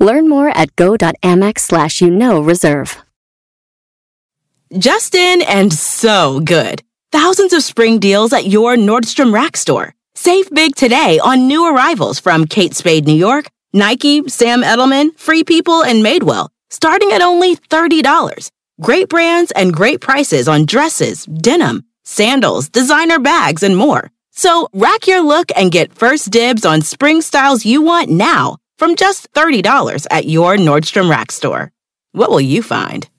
Learn more at go.amex slash you know reserve. Justin and so good. Thousands of spring deals at your Nordstrom Rack store. Save big today on new arrivals from Kate Spade New York, Nike, Sam Edelman, Free People, and Madewell, starting at only $30. Great brands and great prices on dresses, denim, sandals, designer bags, and more. So rack your look and get first dibs on spring styles you want now from just $30 at your Nordstrom Rack store. What will you find?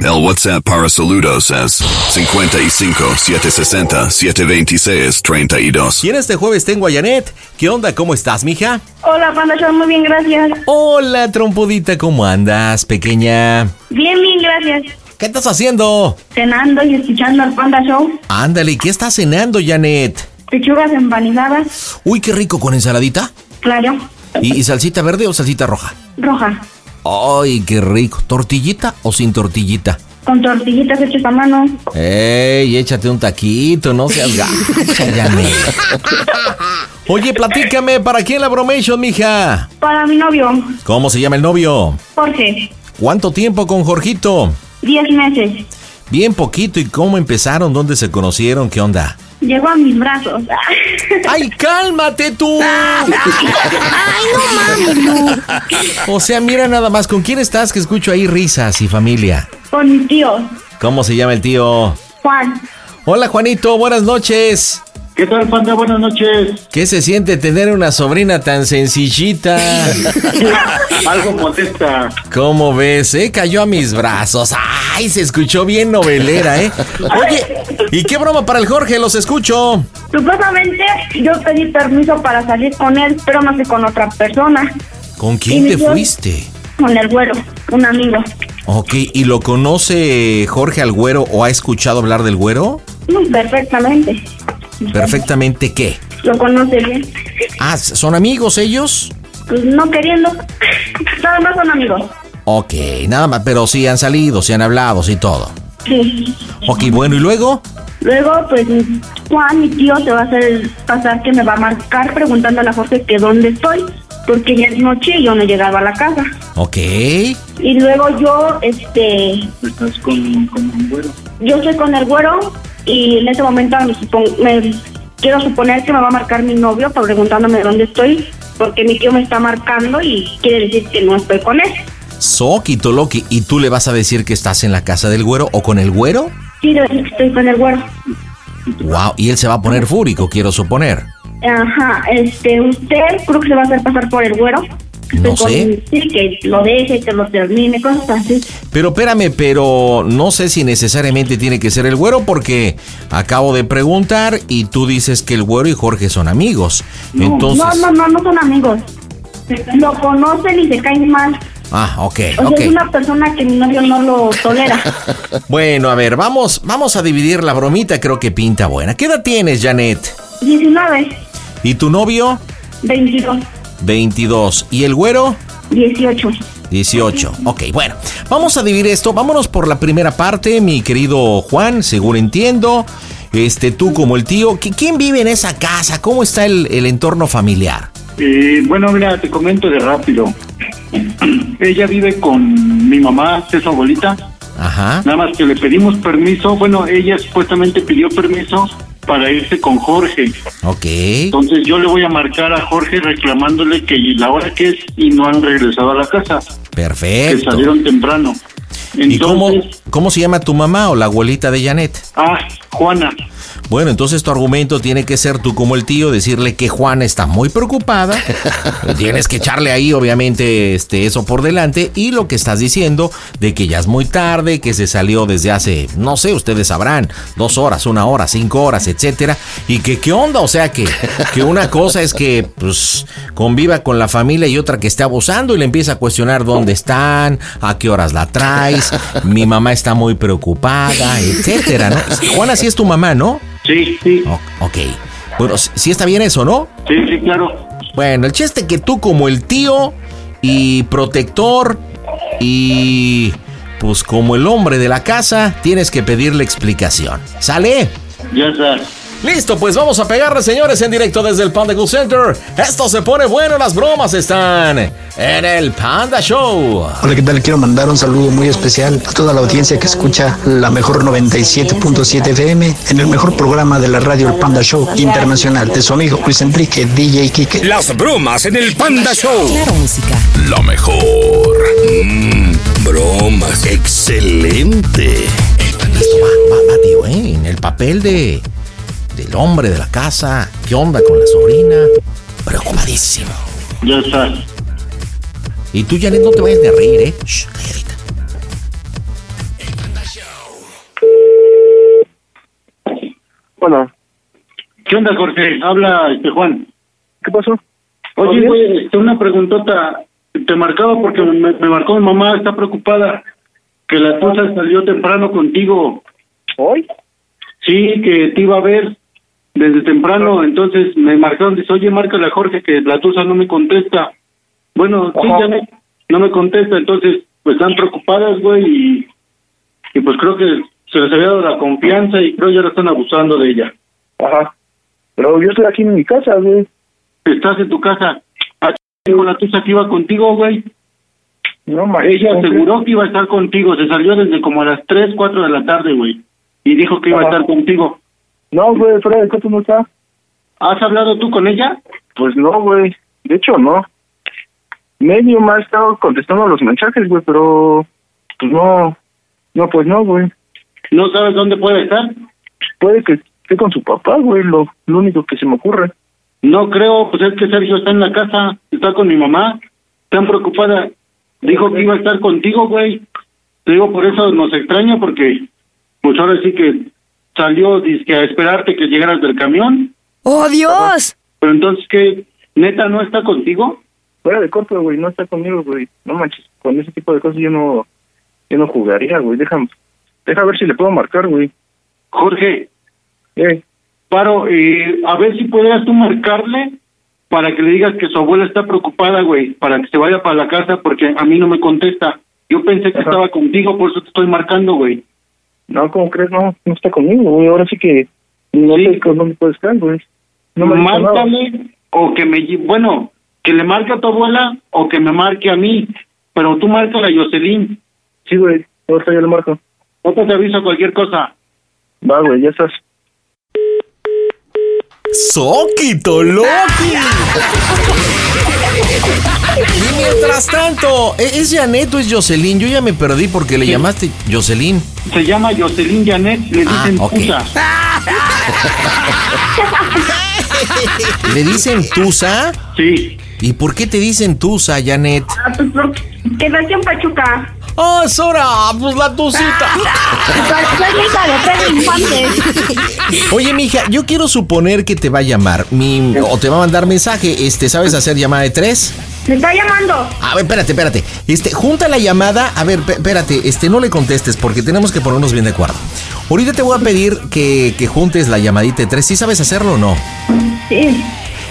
El WhatsApp para saludos es 55 760 726 32. Y en este jueves tengo a Janet. ¿Qué onda? ¿Cómo estás, mija? Hola, Panda Show, muy bien, gracias. Hola, trompudita, ¿cómo andas, pequeña? Bien, bien, gracias. ¿Qué estás haciendo? Cenando y escuchando al Panda Show. Ándale, ¿qué estás cenando, Janet? Pechugas empanizadas, Uy, qué rico con ensaladita. claro, ¿Y, y salsita verde o salsita roja? roja, Ay, qué rico. ¿Tortillita o sin tortillita? con tortillitas hechas a mano. Ey, échate un taquito, no seas gacha, Janet. Oye, platícame, ¿para quién la bromation, mija? Para mi novio, ¿Cómo se llama el novio? Jorge, ¿Cuánto tiempo con Jorgito? 10 meses. Bien poquito, ¿y cómo empezaron? ¿Dónde se conocieron? ¿Qué onda? Llegó a mis brazos. ¡Ay, cálmate tú! O sea, mira nada más, ¿con quién estás que escucho ahí risas y familia? con mi tío, ¿Cómo se llama el tío? Juan. Hola, Juanito, buenas noches. ¿Qué tal, Panda? Buenas noches. ¿Qué se siente tener una sobrina tan sencillita? Algo modesta. ¿Cómo ves? Eh? Cayó a mis brazos. ¡Ay! Se escuchó bien novelera, ¿eh? Oye, ¿y qué broma para el Jorge? Los escucho. Supuestamente yo pedí permiso para salir con él, pero no sé con otra persona, ¿Con quién Sí, te mi tío. fuiste? con el güero, un amigo. Ok, ¿y lo conoce Jorge al güero o ha escuchado hablar del güero? Muy perfectamente. Perfectamente, ¿qué? Lo conoce bien. Ah, ¿son amigos ellos? Pues no queriendo. Nada más son amigos. Ok, nada más, pero sí han salido, sí han hablado, sí todo. Sí. Ok, bueno, ¿y luego? Luego, pues, Juan, mi tío, se va a hacer pasar que me va a marcar preguntándole a Jorge que dónde estoy, porque ya es noche y yo no llegaba a la casa. Ok, Y luego yo, este, Estás con, con un güero. yo estoy con el güero y en ese momento me, supon- me- quiero suponer que me va a marcar mi novio por preguntándome dónde estoy, porque mi tío me está marcando y quiere decir que no estoy con él. Soki, Toloki, ¿y tú le vas a decir que estás en la casa del güero o con el güero? Sí, le voy a decir que estoy con el güero. Wow, y él se va a poner fúrico, quiero suponer. Ajá, este, usted creo que se va a hacer pasar por el güero. No Con- sé. Sí, que lo deje, que lo termine, cosas así. Pero espérame, pero no sé si necesariamente tiene que ser el güero porque acabo de preguntar y tú dices que el güero y Jorge son amigos. Entonces, No, no, no, no son amigos. Lo conocen y se caen mal. ah, ok, O sea, ok. es una persona que mi novio no lo tolera. Bueno, a ver, vamos, vamos a dividir la bromita, creo que pinta buena. ¿Qué edad tienes, Janet? 19, ¿Y tu novio? 22, 22. ¿Y el güero? 18. 18. Ok, bueno, vamos a dividir esto. Vámonos por la primera parte, mi querido Juan, según entiendo. Este, tú como el tío, ¿qui- ¿quién vive en esa casa? ¿Cómo está el, el entorno familiar? Eh, bueno, mira, te comento de rápido. Ella vive con mi mamá, que es su abuelita. Ajá. Nada más que le pedimos permiso. Bueno, ella supuestamente pidió permiso para irse con Jorge. Ok. Entonces yo le voy a marcar a Jorge reclamándole que la hora que es y no han regresado a la casa, que Perfecto. salieron temprano. ¿Y cómo, Entonces, cómo se llama tu mamá o la abuelita de Janet? ah, Juana, Bueno, entonces tu argumento tiene que ser tú como el tío, decirle que Juana está muy preocupada. Tienes que echarle ahí, obviamente, este, eso por delante. Y lo que estás diciendo de que ya es muy tarde, que se salió desde hace, no sé, ustedes sabrán, dos horas, una hora, cinco horas, etcétera. Y que qué onda, o sea que, que una cosa es que pues conviva con la familia y otra que esté abusando y le empieza a cuestionar dónde están, a qué horas la traes, mi mamá está muy preocupada, etcétera, ¿no? Juana sí es tu mamá, ¿no? sí, sí, O- ok. Bueno, si si está bien eso, ¿no? sí, sí, claro. Bueno, el chiste que tú como el tío y protector y pues como el hombre de la casa, tienes que pedirle explicación. ¿Sale? Ya está. Listo, pues vamos a pegarle, señores, en directo desde el Panda Cool Center. Esto se pone bueno, las bromas están en el Panda Show. Hola, ¿qué tal? Quiero mandar un saludo muy especial a toda la audiencia que escucha la mejor 97.7 FM en el mejor programa de la radio El Panda Show Internacional de su amigo Luis Enrique, DJ Kike. Las bromas en el Panda Show. Claro, música. Lo mejor. Mm, bromas. Excelente. Listo, va, va, va, tío, ¿eh? En el papel de del hombre de la casa. ¿Qué onda con la sobrina? Preocupadísimo. Ya está. Y tú, Janet, no te vayas de reír, ¿eh? Shh, calladita. Hola, ¿Qué onda, Jorge? Habla este Juan. ¿qué pasó? Oye, bien? güey, este, una preguntota. Te marcaba porque me, me marcó mi mamá, está preocupada que la esposa salió temprano contigo. ¿Hoy? Sí, que te iba a ver desde temprano, entonces me marcaron, dice, oye, márcale a Jorge que la tusa no me contesta. Bueno, sí, Ajá. ya me- no me contesta, entonces pues están preocupadas, güey, y, y pues creo que se les había dado la confianza y creo ya la están abusando de ella. Ajá. Pero yo estoy aquí en mi casa, güey. Estás en tu casa, ah, con la tusa que iba contigo, güey. No más. Ella aseguró que iba a estar contigo, se salió desde como a las 3, 4 de la tarde, güey, y dijo que iba a Ajá. estar contigo. No, güey, fuera de casa no está. ¿Has hablado tú con ella? Pues no, güey. De hecho, no. Medio más he estado contestando los mensajes, güey, pero. Pues no. No, pues no, güey. ¿No sabes dónde puede estar? Puede que esté con su papá, güey, lo, lo único que se me ocurre. No creo, pues es que Sergio está en la casa, está con mi mamá, tan preocupada. Dijo que iba a estar contigo, güey. Te digo, por eso nos extraña, porque pues ahora sí que salió dizque, a esperarte que llegaras del camión. ¡Oh, Dios! Pero entonces, ¿qué? ¿Neta no está contigo? Fuera de corto, güey, no está conmigo, güey. No manches, con ese tipo de cosas yo no. Yo no jugaría, güey. Déjame. Deja ver si le puedo marcar, güey. Jorge, Eh. paro, eh, a ver si pudieras tú marcarle para que le digas que su abuela está preocupada, güey, para que se vaya para la casa, porque a mí no me contesta. Yo pensé que Ajá. estaba contigo, por eso te estoy marcando, güey. No, ¿cómo crees? No, no está conmigo, güey. Ahora sí que no Sí. sé con dónde puedes estar, güey. No me ha dicho nada. márcale o que me lle- bueno que le marque a tu abuela o que me marque a mí pero tú márcale a Jocelyn Sí, güey. Ahorita yo le marco. otro te aviso cualquier cosa Va, güey, ya estás. ¡Soquito Loki! Y mientras tanto, ¿e- ¿es Janet o es Jocelyn? Yo ya me perdí porque le llamaste Jocelyn. se llama Jocelyn Janet le Ah, dicen ok. puta ¿Le dicen Tusa? sí ¿Y por qué te dicen Tusa, Janet? Ah, pues, porque- que nació en Pachuca. ¡Ah, es hora! Pues la Tusita. Soy hija de Pedro Infante. Oye, mija, yo quiero suponer que te va a llamar mi- o te va a mandar mensaje. Este, ¿Sabes hacer llamada de tres? Me está llamando. A ver, espérate, espérate. Este, junta la llamada. A ver, pe- espérate, este, no le contestes porque tenemos que ponernos bien de acuerdo. Ahorita te voy a pedir que, que juntes la llamadita de tres. ¿Sí sabes hacerlo o no? Sí.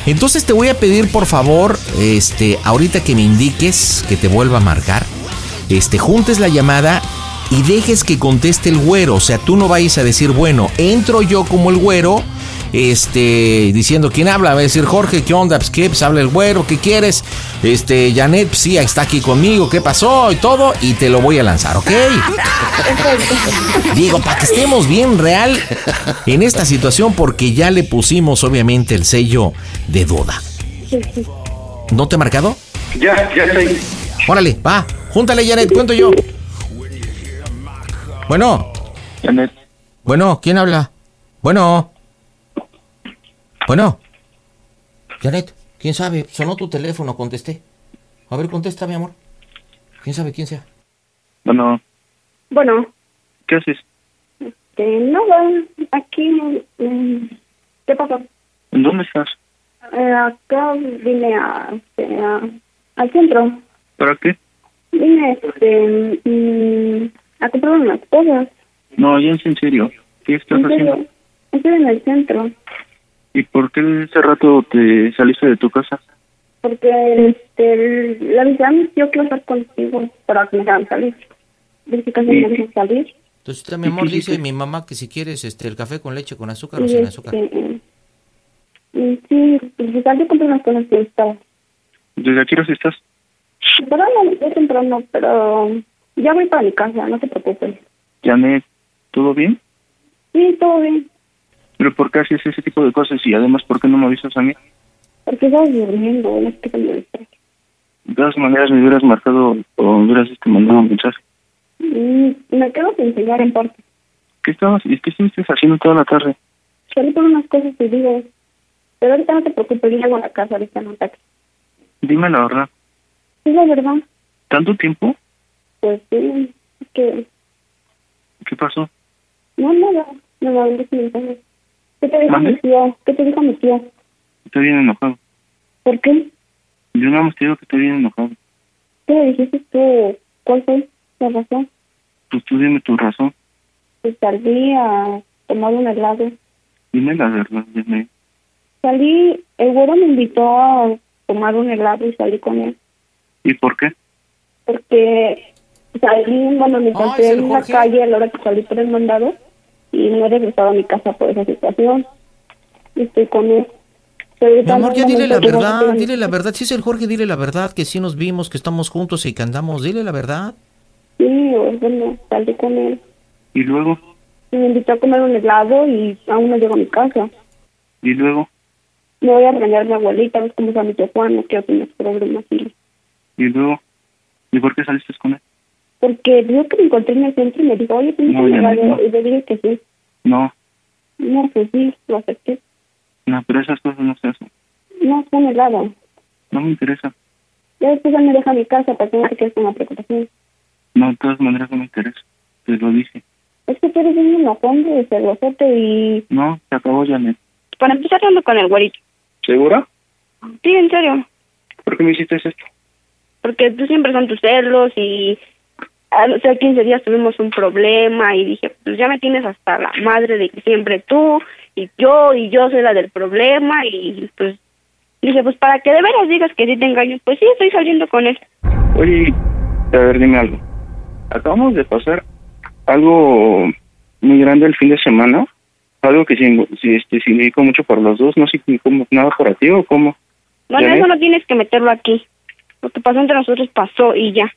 Entonces te voy a pedir, por favor, este, ahorita que me indiques que te vuelva a marcar. este, juntes la llamada y dejes que conteste el güero. O sea, tú no vayas a decir, bueno, entro yo como el güero, este, diciendo quién habla. Va a decir, Jorge, ¿qué onda? Pues, ¿qué? Pues, habla el güero, ¿qué quieres? Este, Janet, pues, sí, está aquí conmigo, ¿qué pasó? Y todo, y te lo voy a lanzar, ¿ok? Digo, para que estemos bien real en esta situación, porque ya le pusimos, obviamente, el sello de duda. ¿No te he marcado? Ya, ya estoy. Órale, va, júntale, Janet, cuento yo. Bueno. Bueno, ¿quién habla? Bueno. Bueno. Janet, ¿quién sabe? Sonó tu teléfono, contesté. A ver, contesta, mi amor. ¿Quién sabe quién sea? Bueno, Bueno, ¿qué haces? este, nada, aquí, mm, ¿qué pasó? ¿En dónde estás? Eh, acá vine a, este, a- al centro, ¿Para qué? vine este, mm, a comprar unas cosas. No, ya es en serio. ¿Qué estás Estoy- haciendo? Estoy en el centro, ¿Y por qué ese rato te saliste de tu casa? porque este, el- la verdad yo quiero estar contigo, pero que me dejaron salir. Dice que casi Sí. me dejan salir. Entonces, mi amor, dice mi mamá que si quieres este, el café con leche, con azúcar o Y sin azúcar. este, y sí, pues, yo compré unas cosas que estaba. ¿Desde aquí hora estás? Pero no, yo temprano, pero ya voy para mi casa, no te preocupes. Janet, ¿todo bien? Sí, todo bien, ¿Pero por qué haces ese tipo de cosas? Y además, ¿por qué no me avisas a mí? porque estás durmiendo, no te cambies. De todas maneras, me hubieras marcado o me hubieras este, mandado un mensaje. Mm, Me quedo sin llegar en parte. ¿Qué estabas? ¿Y qué estuviste haciendo toda la tarde? Salí por unas cosas y digo, pero ahorita no te preocupes, yo llego a la casa ahorita en un taxi. Dime la verdad. Es la verdad, ¿Tanto tiempo? pues sí, es que ¿Qué pasó? no, nada, no me hables mensajes. ¿Qué te dijo ¿Mande? mi tío? ¿Qué te dijo mi tío? Estoy bien enojado. ¿Por qué? Yo nada más te digo que estoy bien enojado. ¿Qué le dijiste tú? ¿Cuál fue la razón? Pues tú dime tu razón. Pues salí a tomar un helado. Dime la verdad, Janet. Salí, el güero me invitó a tomar un helado y salí con él. ¿Y por qué? Porque salí, bueno, me Ay, encontré es el en la Jorge. calle a la hora que salí por el mandado y no he regresado a mi casa por esa situación. Y estoy con él. Pero Mi ahorita amor, no ya es dile la momento que verdad, no dile la verdad. Si es el Jorge, dile la verdad, que sí nos vimos, que estamos juntos y que andamos, dile la verdad. Sí, o- bueno, salí con él. ¿Y luego? Y me invitó a comer un helado y aún no llego a mi casa. ¿Y luego? Me voy a regañar a mi abuelita, ves cómo está mi tío Juan, no quiero tener problemas. Y- ¿Y luego? ¿Y por qué saliste con él? Porque yo que me encontré en el centro y me dijo, oye, ¿tienes No, un ya no, helado? no. Y yo dije que sí. No, No, pues sí, lo acepté. no, pero esas cosas no se hacen. No, fue un helado. No me interesa. Ya después ya me deja mi casa para que no te quedes con la preocupación. No, de todas maneras no me interesa. Te lo dije. Es que tú eres un enojón de celosote y... No, se acabó, Janet. Para empezar, ando con el güerito. ¿Segura? Sí, en serio. ¿Por qué me hiciste esto? Porque tú siempre son tus celos y... Hace 15 días tuvimos un problema y dije, pues ya me tienes hasta la madre de que siempre tú y yo y yo soy la del problema y pues... Dije, pues para que de veras digas que sí te engaño, pues sí, estoy saliendo con él. Oye, a ver, dime algo. Acabamos de pasar algo muy grande el fin de semana. Algo que sin- si, este, significó mucho para los dos. No significó nada para ti o cómo. Bueno, ¿Ya ves? eso no tienes que meterlo aquí. Lo que pasó entre nosotros pasó y ya.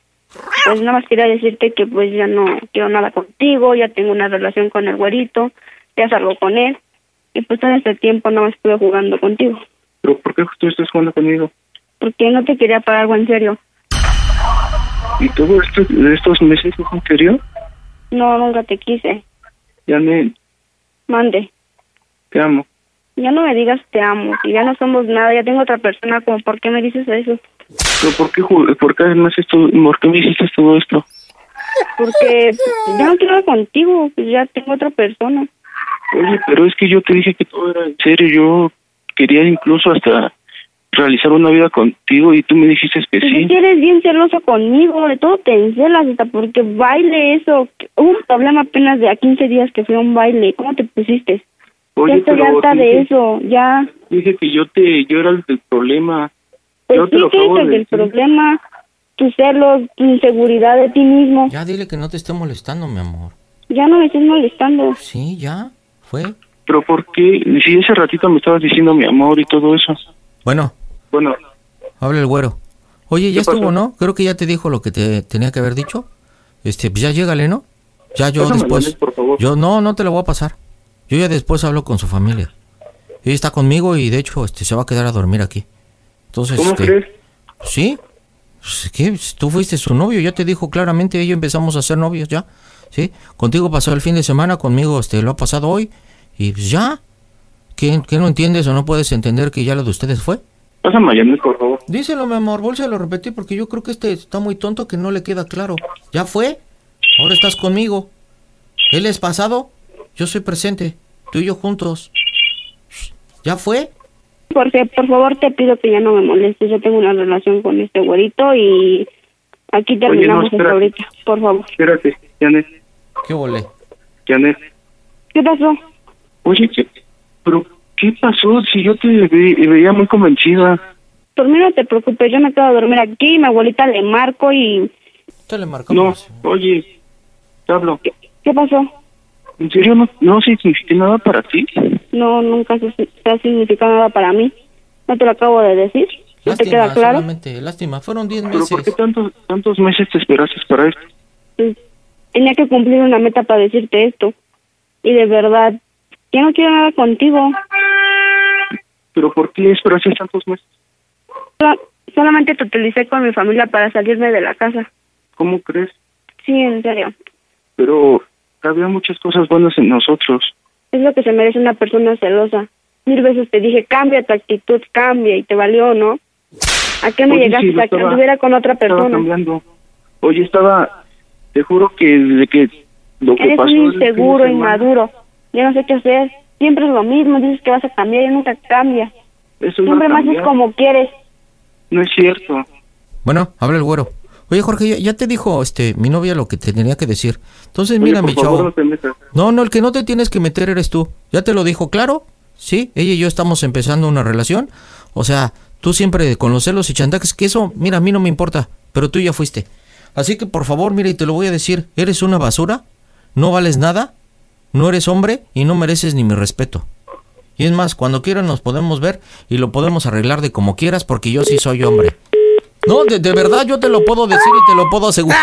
Pues nada más quería decirte que pues ya no quiero nada contigo, ya tengo una relación con el güerito, ya salgo con él. Y pues todo este tiempo no estuve jugando contigo, Pero ¿por qué tú estás jugando conmigo? porque no te quería para algo en serio. ¿Y todo esto de estos meses no querido? No, nunca te quise. Ya me... Mande, Te amo. ya no me digas te amo, que ya no somos nada, ya tengo otra persona, como ¿por qué me dices eso? ¿Pero por qué, ju- por qué además esto, por qué me hiciste todo esto? Porque ya no quiero nada contigo, pues ya tengo otra persona. Oye, pero es que yo te dije que todo era en serio. Yo quería incluso hasta realizar una vida contigo y tú me dijiste que Pues es sí. que eres bien celoso conmigo, de todo te encelas hasta porque baile eso. que- Hubo un problema apenas de a 15 días que fui a un baile. ¿Cómo te pusiste? ya Oye, estoy pero harta te de dije- eso, ya. Dije que yo te, yo era el del problema. Pues Yo te sí, lo que acabo eres de el decir. problema. tus celos, tu inseguridad de ti mismo. Ya dile que no te esté molestando, mi amor. Ya no me estés molestando. Sí, ya. Fue. Pero ¿por qué? Si ese ratito me estabas diciendo mi amor y todo eso. Bueno, Bueno, habla el güero. Oye, ya ¿Qué pasó? estuvo, ¿no? Creo que ya te dijo lo que te tenía que haber dicho. Este, pues ya llégale, ¿no? Ya yo Pásamelo, después. Alex, por favor. Yo no, no te lo voy a pasar. Yo ya después hablo con su familia. Ella está conmigo y de hecho, este, se va a quedar a dormir aquí. Entonces, ¿cómo este, crees? ¿Sí? Pues, ¿Qué? Pues, Tú fuiste su novio, ya te dijo claramente, ellos empezamos a ser novios ya. ¿Sí? Contigo pasó el fin de semana, conmigo este, lo ha pasado hoy y pues, ya. ¿Qué, qué no entiendes o no puedes entender que ya lo de ustedes fue? Pásame a Janet, por favor. Díselo, mi amor, bolsa lo repetí porque yo creo que este está muy tonto que no le queda claro. Ya fue, ahora estás conmigo. Él es pasado, yo soy presente, tú y yo juntos. Ya fue, Porque por favor te pido que ya no me molestes. Yo tengo una relación con este güerito y aquí terminamos hasta espera. ahorita. Por favor. Espérate, Janet, qué volé. Janet. ¿Qué pasó? Oye, ¿qué- pero ¿qué pasó? Si yo te ve- veía muy convencida. Por mí no te preocupes. Yo me quedo a dormir aquí. Mi abuelita le marco y... Te le No, marcamos. oye, Pablo, ¿Qué pasó? ¿en serio no, no significa nada para ti? No, nunca se, se ha significado nada para mí. No te lo acabo de decir. ¿No te queda claro? solamente, lástima. Fueron 10 ¿Pero por qué meses. tantos, tantos meses te esperaste para esto? Pues, tenía que cumplir una meta para decirte esto. Y de verdad, yo no quiero nada contigo. ¿Pero por qué esperaste tantos meses? Sola- Solamente te utilicé con mi familia para salirme de la casa. ¿Cómo crees? Sí, en serio. Pero había muchas cosas buenas en nosotros. Es lo que se merece una persona celosa. Mil veces te dije, cambia tu actitud, cambia, y te valió, ¿no? ¿A qué me Oye, llegaste sí, lo a que estaba- anduviera con otra Estaba persona? cambiando. Oye, estaba... Te juro que desde que lo que Eres pasó... un el fin de inseguro, semana- inmaduro. Ya no sé qué hacer. Siempre es lo mismo. Dices que vas a cambiar y nunca cambias. Eso no ha Siempre me haces cambiado. como quieres. No es cierto. Bueno, habla el güero. Oye, Jorge, ya, ya te dijo este mi novia lo que te tenía que decir. Entonces, Oye, mira, por mi favor, chavo. no te metas. No, no, el que no te tienes que meter eres tú. ¿Ya te lo dijo claro? Sí, ella y yo estamos empezando una relación. O sea, tú siempre con los celos y chantajes, que eso, mira, a mí no me importa, pero tú ya fuiste. Así que por favor, mira, y te lo voy a decir, eres una basura, no vales nada, no eres hombre y no mereces ni mi respeto. Y es más, cuando quieras nos podemos ver y lo podemos arreglar de como quieras porque yo sí soy hombre. No, de, de verdad yo te lo puedo decir y te lo puedo asegurar.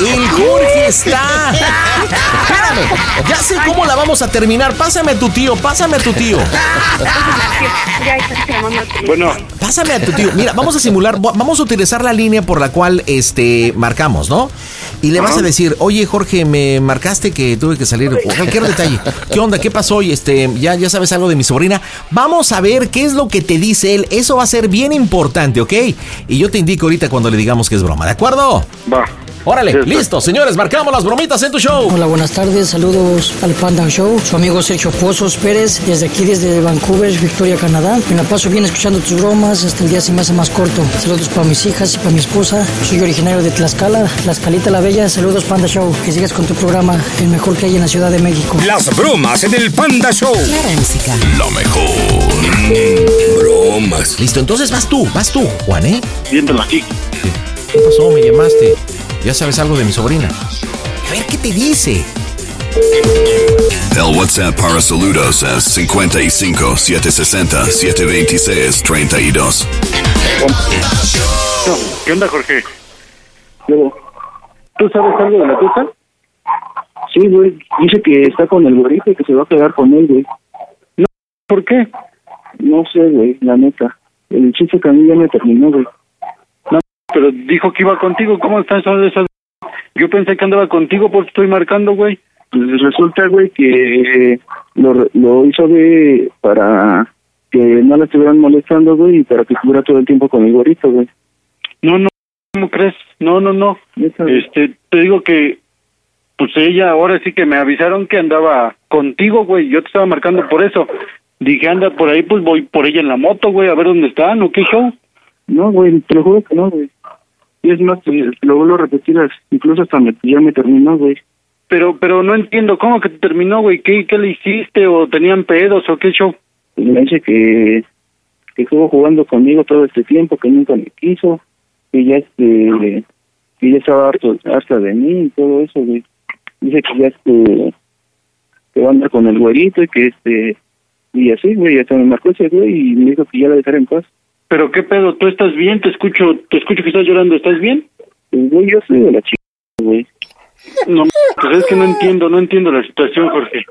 El Jorge está. Espérame, ya sé cómo la vamos a terminar. Pásame a tu tío, pásame a tu tío. Ya estás llamando al teléfono. Bueno, Pásame a tu tío. Mira, vamos a simular, va- vamos a utilizar la línea por la cual este marcamos, ¿no? Y le vas a decir, oye Jorge, me marcaste que tuve que salir. o Cualquier detalle. ¿Qué onda? ¿Qué pasó? Y este, ya, ya sabes algo de mi sobrina. Vamos a ver qué es lo que te dice él. Eso va a ser bien importante, ¿ok? Y yo te indico ahorita cuando le digamos que es broma, ¿de acuerdo? va. Órale, Ya está. listo, señores, marcamos las bromitas en tu show. Hola, buenas tardes. Saludos al Panda Show. Su amigo Sergio Pozos Pérez, desde aquí, desde Vancouver, Victoria, Canadá. Me la paso bien escuchando tus bromas, hasta el día se me hace más corto. Saludos para mis hijas y para mi esposa. Soy originario de Tlaxcala, Tlaxcalita la Bella. Saludos, Panda Show. Que sigas con tu programa, el mejor que hay en la Ciudad de México. Las bromas en el Panda Show. Mm, Clara música. Lo mejor. Bromas. Listo, entonces vas tú, vas tú, Juan, ¿eh? Viéndolo aquí. ¿Qué pasó? Me llamaste. Ya sabes algo de mi sobrina. A ver, ¿qué te dice? El WhatsApp para saludos es 55 760 726 32. ¿Qué onda, Jorge? ¿Tú sabes algo de la tuta? Sí, güey. Dice que está con el güerito y que se va a quedar con él, güey. No, ¿por qué? No sé, güey, la neta. El chiste que a mí ya me terminó, güey. No, pero dijo que iba contigo. ¿Cómo están esas? Yo pensé que andaba contigo, por eso estoy marcando, güey. Pues resulta, güey, que Eh, lo, lo hizo, güey, para que no la estuvieran molestando, güey, y para que estuviera todo el tiempo con el güerito, güey. No, no, ¿cómo crees? No, no, no. Este, te digo que, pues ella, ahora sí que me avisaron que andaba contigo, güey. Yo te estaba marcando por eso. Dije, anda por ahí, pues voy por ella en la moto, güey, a ver dónde están o qué show. No, güey, te lo juro eh, que no, güey. Y es más, te- te lo vuelvo a repetir, as- incluso hasta me, ya me terminó, güey. Pero, pero no entiendo, ¿cómo que terminó, güey? ¿Qué, ¿Qué le hiciste? ¿O tenían pedos? ¿O qué show? Pues me dice que, que estuvo jugando conmigo todo este tiempo, que nunca me quiso, que ya este, que ya estaba harto, harta de mí y todo eso, güey. Dice que ya este, que va a andar con el güerito y que este, y así, güey, hasta me marcó ese güey y me dijo que ya la dejara en paz. ¿Pero qué pedo? ¿Tú estás bien? Te escucho, te escucho que estás llorando, ¿estás bien? Pues, güey, yo soy de la chica, güey. No, pues es que no entiendo, no entiendo la situación, Jorge.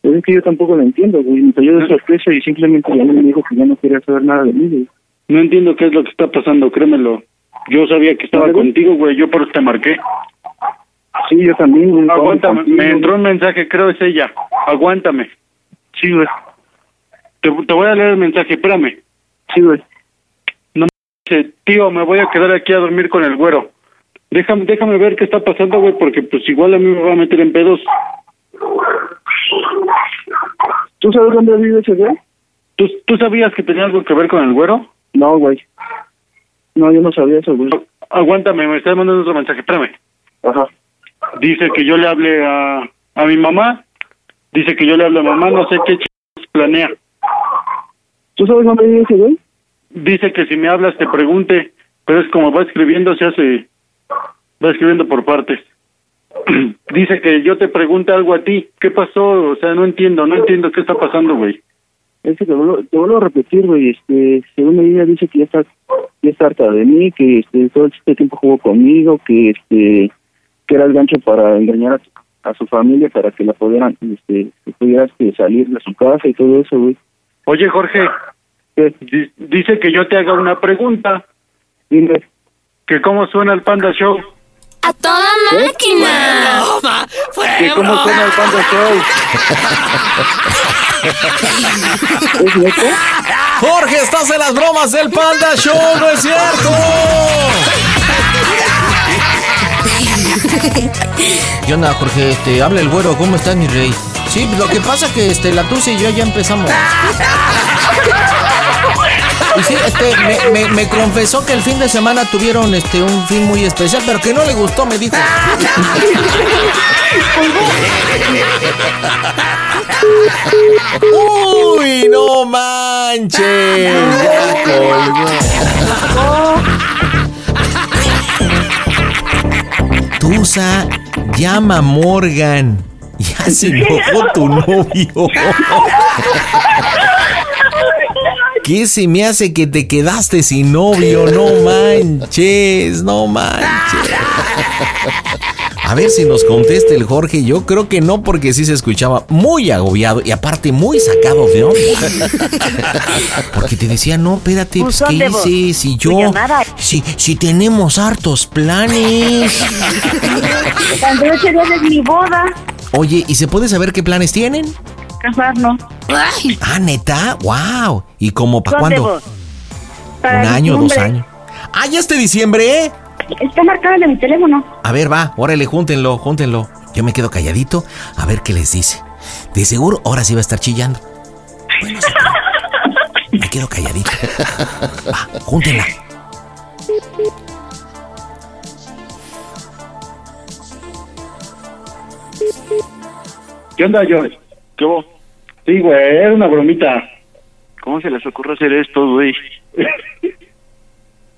Pues es que yo tampoco lo entiendo, güey. Me cayó de sorpresa y simplemente ya me dijo que ya no quería saber nada de mí, güey. No entiendo qué es lo que está pasando, créemelo. Yo sabía que estaba contigo, güey, yo por eso te marqué. Sí, yo también, güey. Aguántame, me entró un mensaje, creo es ella. Aguántame. Sí, güey. Te, te voy a leer el mensaje, espérame. Sí, güey. No me dice, tío, me voy a quedar aquí a dormir con el güero. Déjame, déjame ver qué está pasando, güey, porque pues igual a mí me va a meter en pedos. ¿Tú sabes dónde vive ese güey? ¿Tú, ¿Tú sabías que tenía algo que ver con el güero? No, güey. No, yo no sabía eso, güey. Aguántame, me está mandando otro mensaje, espérame. Ajá. Dice que yo le hable a, a mi mamá. Dice que yo le hable a mamá, no sé qué ch... planea. ¿Tú sabes dónde vive ese güey? Dice que si me hablas te pregunte, pero es como va escribiendo, se hace... Va escribiendo por partes. Dice que yo te pregunte algo a ti. ¿Qué pasó? O sea, no entiendo, no entiendo qué está pasando, güey. Es que te vuelvo, te vuelvo a repetir, güey. Este, según ella dice que ya está, ya está harta de mí, que este, todo este tiempo jugó conmigo, que este, que era el gancho para engañar a su, a su familia para que la pudieran, este, que pudiera este, salir de su casa y todo eso, güey. Oye, Jorge, di- dice que yo te haga una pregunta. Dime. Que cómo suena el Panda Show. ¡A toda máquina! Que cómo suena el Panda Show. ¿Es neta? Jorge, estás en las bromas del Panda Show, ¿no es cierto? ¿Qué onda, Jorge? Este, habla el güero, ¿cómo estás, mi rey? Sí, lo que pasa es que este, la Tusi y yo ya empezamos. Y sí, este, me, me- me confesó que el fin de semana tuvieron este, un fin muy especial, pero que no le gustó, me dijo. ¡Uy, no manches! Ya colgó. Tusa, llama a Morgan. Ya se enojó tu novio. ¿Qué se me hace que te quedaste sin novio? No manches, no manches. A ver si nos contesta el Jorge. Yo creo que no, porque sí se escuchaba muy agobiado y aparte muy sacado de onda. Porque te decía, no, espérate, pues, Buzón ¿qué de voz. hice? Si Tu yo. llamada. Si, si tenemos hartos planes. Cuando yo quería de mi boda, Oye, ¿y se puede saber qué planes tienen? casarnos. Ah, neta, wow. ¿Y cómo para Son de cuándo? voz. ¿Un Para año, dos diciembre. años? Ah, ya este diciembre, ¿eh? Está marcado de mi teléfono. A ver, va, órale, júntenlo, júntenlo. Yo me quedo calladito a ver qué les dice. De seguro ahora sí va a estar chillando. Bueno, sí, pero me quedo calladito. Va, júntenla. ¿Qué onda, George? ¿Qué vos? Sí, güey, era una bromita. ¿Cómo se les ocurre hacer esto, güey?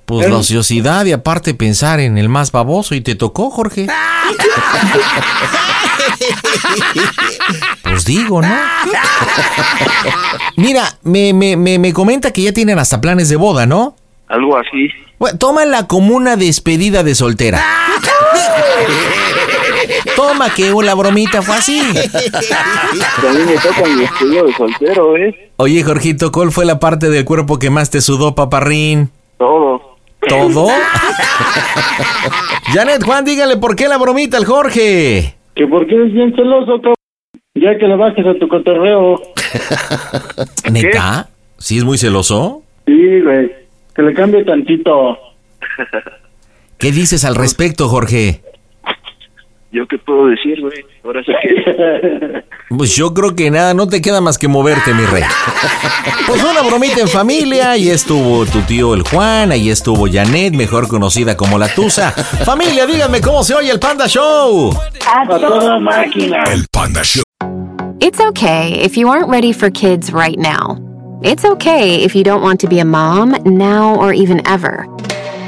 Pues la ociosidad y aparte pensar en el más baboso y te tocó, Jorge. Pues digo, ¿no? Mira, me, me, me, me comenta que ya tienen hasta planes de boda, ¿no? Algo así. Bueno, tómala como una despedida de soltera. Toma que la bromita fue así. También me toca mi estudio de soltero, ¿eh? Oye, Jorgito, ¿cuál fue la parte del cuerpo que más te sudó, paparrín? Todo. ¿Todo? Janet Juan, dígale por qué la bromita al Jorge. Que porque eres bien celoso, cabrón. Ya que le bajes a tu cotorreo. ¿Neta? ¿Sí es muy celoso? Sí, güey. Que le cambie tantito. ¿Qué dices al respecto, Jorge? ¿Yo qué puedo decir, güey? Ahora sí que... Pues yo creo que nada, no te queda más que moverte, mi rey. Pues una bromita en familia, ahí estuvo tu tío el Juan, ahí estuvo Janet, mejor conocida como la Tusa. Familia, díganme cómo se oye el Panda Show. A toda máquina. El Panda Show. It's okay if you aren't ready for kids right now. It's okay if you don't want to be a mom now or even ever.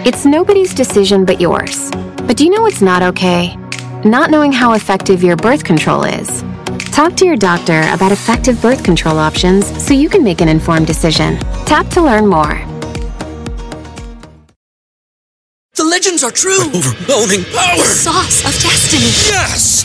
It's nobody's decision but yours. But do you know what's not okay? Not knowing how effective your birth control is. Talk to your doctor about effective birth control options so you can make an informed decision. Tap to learn more. The legends are true. Overwhelming The sauce of destiny. Yes!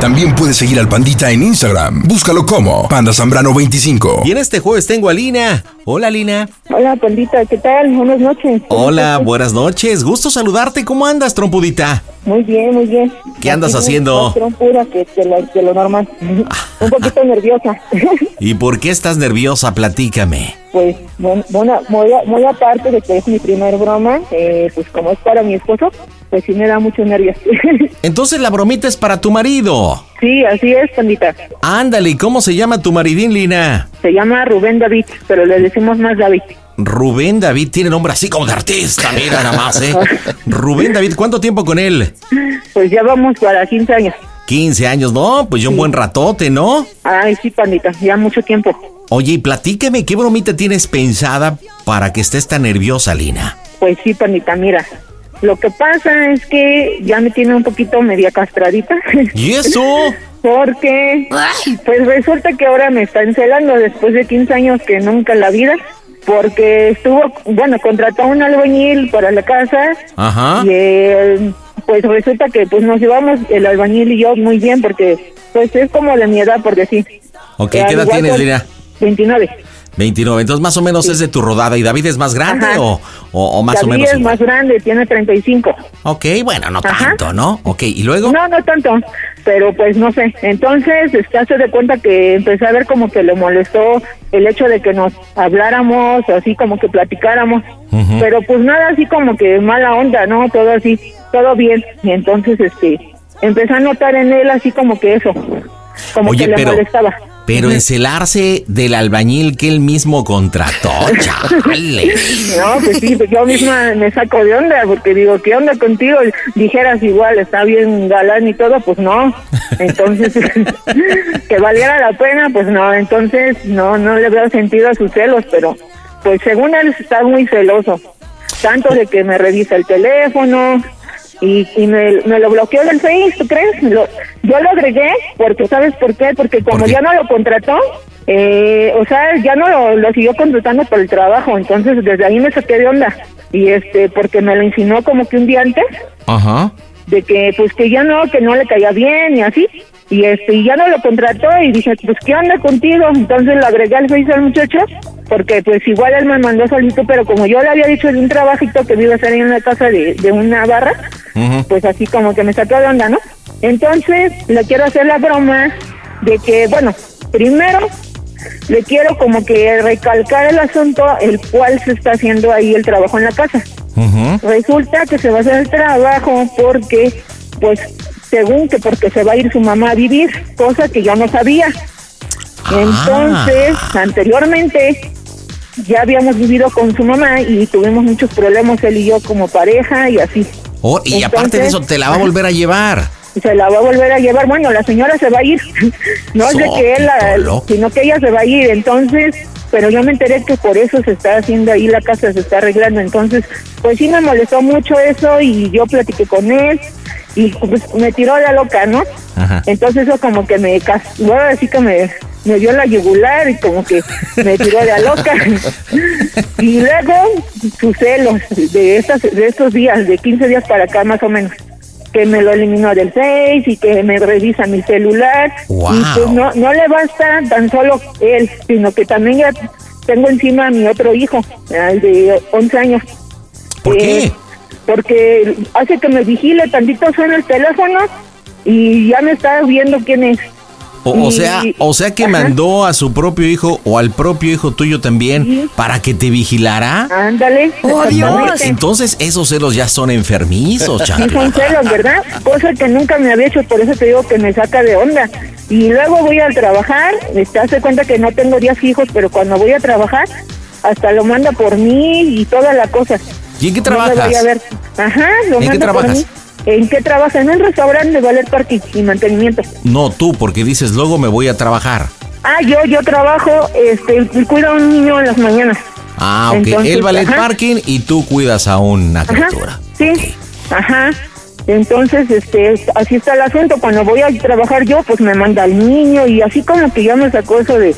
También puedes seguir al Pandita en Instagram. Búscalo como Panda Zambrano 25. Y en este jueves tengo a Lina. Hola, Lina. Hola, pandita, ¿qué tal? Buenas noches. Oh. Hola, buenas noches. Gusto saludarte. ¿Cómo andas, trompudita? Muy bien, muy bien. ¿Qué andas Aquí, haciendo? Más trompura que de lo, que lo normal. Un poquito nerviosa. ¿Y por qué estás nerviosa? Platícame. pues, bueno, bueno, muy, a- muy aparte de que es mi primer broma, eh, pues como es para mi esposo, pues sí me da muchos nervios. Entonces la bromita es para tu marido. sí, así es, pandita. Ándale, ¿y cómo se llama tu maridín, Lina? Se llama Rubén David, pero le decimos más David. Rubén David tiene nombre así como de artista, mira nada más, ¿eh? Rubén David, ¿cuánto tiempo con él? Pues ya vamos para 15 años. 15 años, ¿no? Pues ya un buen ratote, ¿no? Ay, sí, pandita, ya mucho tiempo. Oye, y platícame, ¿qué bromita tienes pensada para que estés tan nerviosa, Lina? Pues sí, pandita, mira. Lo que pasa es que ya me tiene un poquito media castradita. ¿Y eso? Porque, pues resulta que ahora me está encelando después de 15 años que nunca en la vida. Porque estuvo, bueno, contrató a un albañil para la casa Ajá. y eh, pues resulta que pues nos llevamos el albañil y yo muy bien porque pues es como de mi edad por decir. Ok, ¿qué edad tienes, Lina? 29. 29, entonces más o menos es de tu rodada. ¿Y David es más grande Ajá. o, o- o más David o menos? es más grande, tiene 35. Ok, bueno, no Ajá. tanto, ¿no? Ok, ¿y luego? No, no tanto, pero pues no sé. Entonces, este, hace de cuenta que empecé a ver como que le molestó el hecho de que nos habláramos, así como que platicáramos. Ujú. Pero pues nada, así como que mala onda, ¿no? Todo así, todo bien. Y entonces, este, empecé a notar en él así como que eso, como Oye, que le pero- molestaba. Pero encelarse del albañil que él mismo contrató, chale. No, pues sí, pues yo misma me saco de onda porque digo, ¿qué onda contigo? Dijeras igual, está bien galán y todo, pues no. Entonces, que valiera la pena, pues no. Entonces, no, no le veo sentido a sus celos, pero pues según él está muy celoso. Tanto de que me revisa el teléfono y, y me, me lo bloqueó del Face, ¿tú crees? Lo- yo lo agregué porque, ¿sabes por qué? Porque como ya no lo contrató, eh, o sea, ya no lo, lo siguió contratando por el trabajo, entonces desde ahí me saqué de onda. Y este, porque me lo insinuó como que un día antes, Ajá. de que pues que ya no, que no le caía bien y así. Y este, y ya no lo contrató y dije, pues ¿qué onda contigo? Entonces lo agregué al Face al muchacho, porque pues igual él me mandó solito, pero como yo le había dicho de un trabajito que me iba a hacer en una casa de, de una barra, pues así como que me sacó de onda, ¿no? Entonces le quiero hacer la broma de que, bueno, primero le quiero como que recalcar el asunto el cual se está haciendo ahí el trabajo en la casa. Resulta que se va a hacer el trabajo porque, pues, según que porque se va a ir su mamá a vivir, cosa que yo no sabía. Ah. Entonces, anteriormente ya habíamos vivido con su mamá y tuvimos muchos problemas él y yo como pareja y así. Oh, y aparte de eso, te la va a volver a llevar. Se la va a volver a llevar. Bueno, la señora se va a ir. No es de que él, la- sino que ella se va a ir. Entonces, pero yo me enteré que por eso se está haciendo ahí la casa, se está arreglando. Entonces, pues sí me molestó mucho eso y yo platiqué con él y pues, me tiró la loca, ¿no? Ajá. Entonces eso como que me castigó, así que me, me dio la yugular y como que me tiró de la loca. y pues, luego sus celos de, estas, de estos días, de 15 días para acá más o menos. que me lo eliminó del Face y que me revisa mi celular. Wow. Y pues no, no le basta tan solo él, sino que también ya tengo encima a mi otro hijo, al de 11 años. Eh, ¿Por qué? Porque hace que me vigile tantito suena el teléfono y ya me está viendo quién es. O, o Y- sea, o sea que mandó a su propio hijo o al propio hijo tuyo también para que te vigilara. Ándale. Oh, No, exactamente. entonces esos celos ya son enfermizos, Sí, chancla. son celos, ¿verdad? Cosa que nunca me había hecho, por eso te digo que me saca de onda. Y luego voy a trabajar, te hace cuenta que no tengo días fijos, pero cuando voy a trabajar, hasta lo manda por mí y toda la cosa. ¿Y en qué No lo trabajas? voy a ver. Ajá, lo ¿En qué manda por trabajas? mí. ¿En qué trabajas? En un restaurante de Valer Parking y mantenimiento. No tú, porque dices luego me voy a trabajar. Ah, yo, yo trabajo, este, y cuido a un niño en las mañanas. Ah, ok. Entonces, Él va al ajá. parking y tú cuidas a una Ajá, criatura. sí, ajá. Entonces, este, así está el asunto. Cuando voy a trabajar yo, pues me manda al niño y así como que ya me sacó eso de,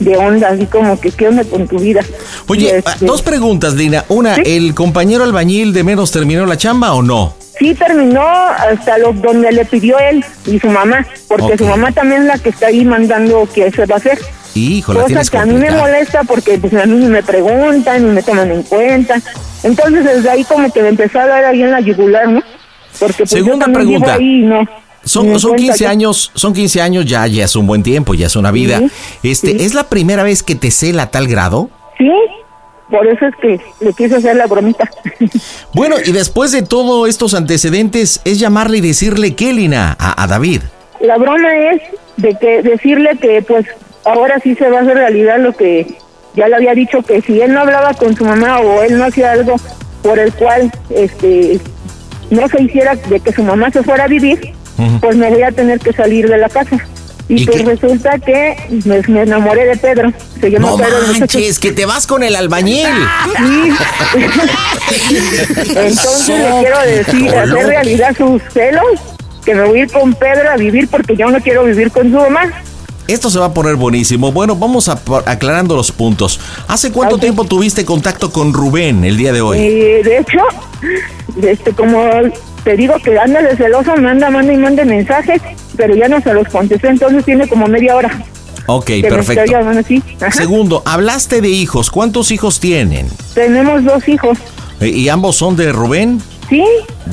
de onda, así como que qué onda con tu vida. Y, Oye, este, ah, dos preguntas, Lina. Una, ¿el compañero albañil de menos terminó la chamba o no? Sí terminó hasta lo, donde le pidió él y su mamá, porque Ok. su mamá también es la que está ahí mandando que se va a hacer. Hijo, la Cosa tienes Pues que a mí me complicada. molesta porque pues a mí ni me preguntan, ni me toman en cuenta. Entonces desde ahí como que me empezó a dar ahí en la yugular, ¿no? Porque pues, yo Segunda también vivo pregunta. ahí y no. ni Son, me son cuenta 15 yo. años, son 15 años, ya, ya es un buen tiempo, ya es una vida. Este, ¿es la primera vez que te cela a tal grado? Sí, por eso es que le quise hacer la bromita. Bueno, y después de todos estos antecedentes, es llamarle y decirle qué, Lina, a, a David. La broma es de que decirle que pues ahora sí se va a hacer realidad lo que ya le había dicho que si él no hablaba con su mamá o él no hacía algo por el cual este no se hiciera de que su mamá se fuera a vivir, Ujú. pues me voy a tener que salir de la casa. Y, ¿Y pues qué? resulta que me, me enamoré de Pedro. Se llama No Pedro. el muchacho. manches, que te vas con el albañil. Entonces le quiero decir, hacer realidad sus celos, que me voy a ir con Pedro a vivir porque yo no quiero vivir con su mamá. Esto se va a poner buenísimo. Bueno, vamos a, por- aclarando los puntos. ¿Hace cuánto tiempo tuviste contacto con Rubén el día de hoy? Y Eh, de hecho, este, como te digo que anda de celoso, manda, manda y manda mensajes, pero ya no se los contesté, entonces tiene como media hora. ok, que me estoy perfecto. llamando así. Ajá. Segundo, hablaste de hijos. ¿Cuántos hijos tienen? Tenemos dos hijos, Eh, ¿Y ambos son de Rubén? ¿sí?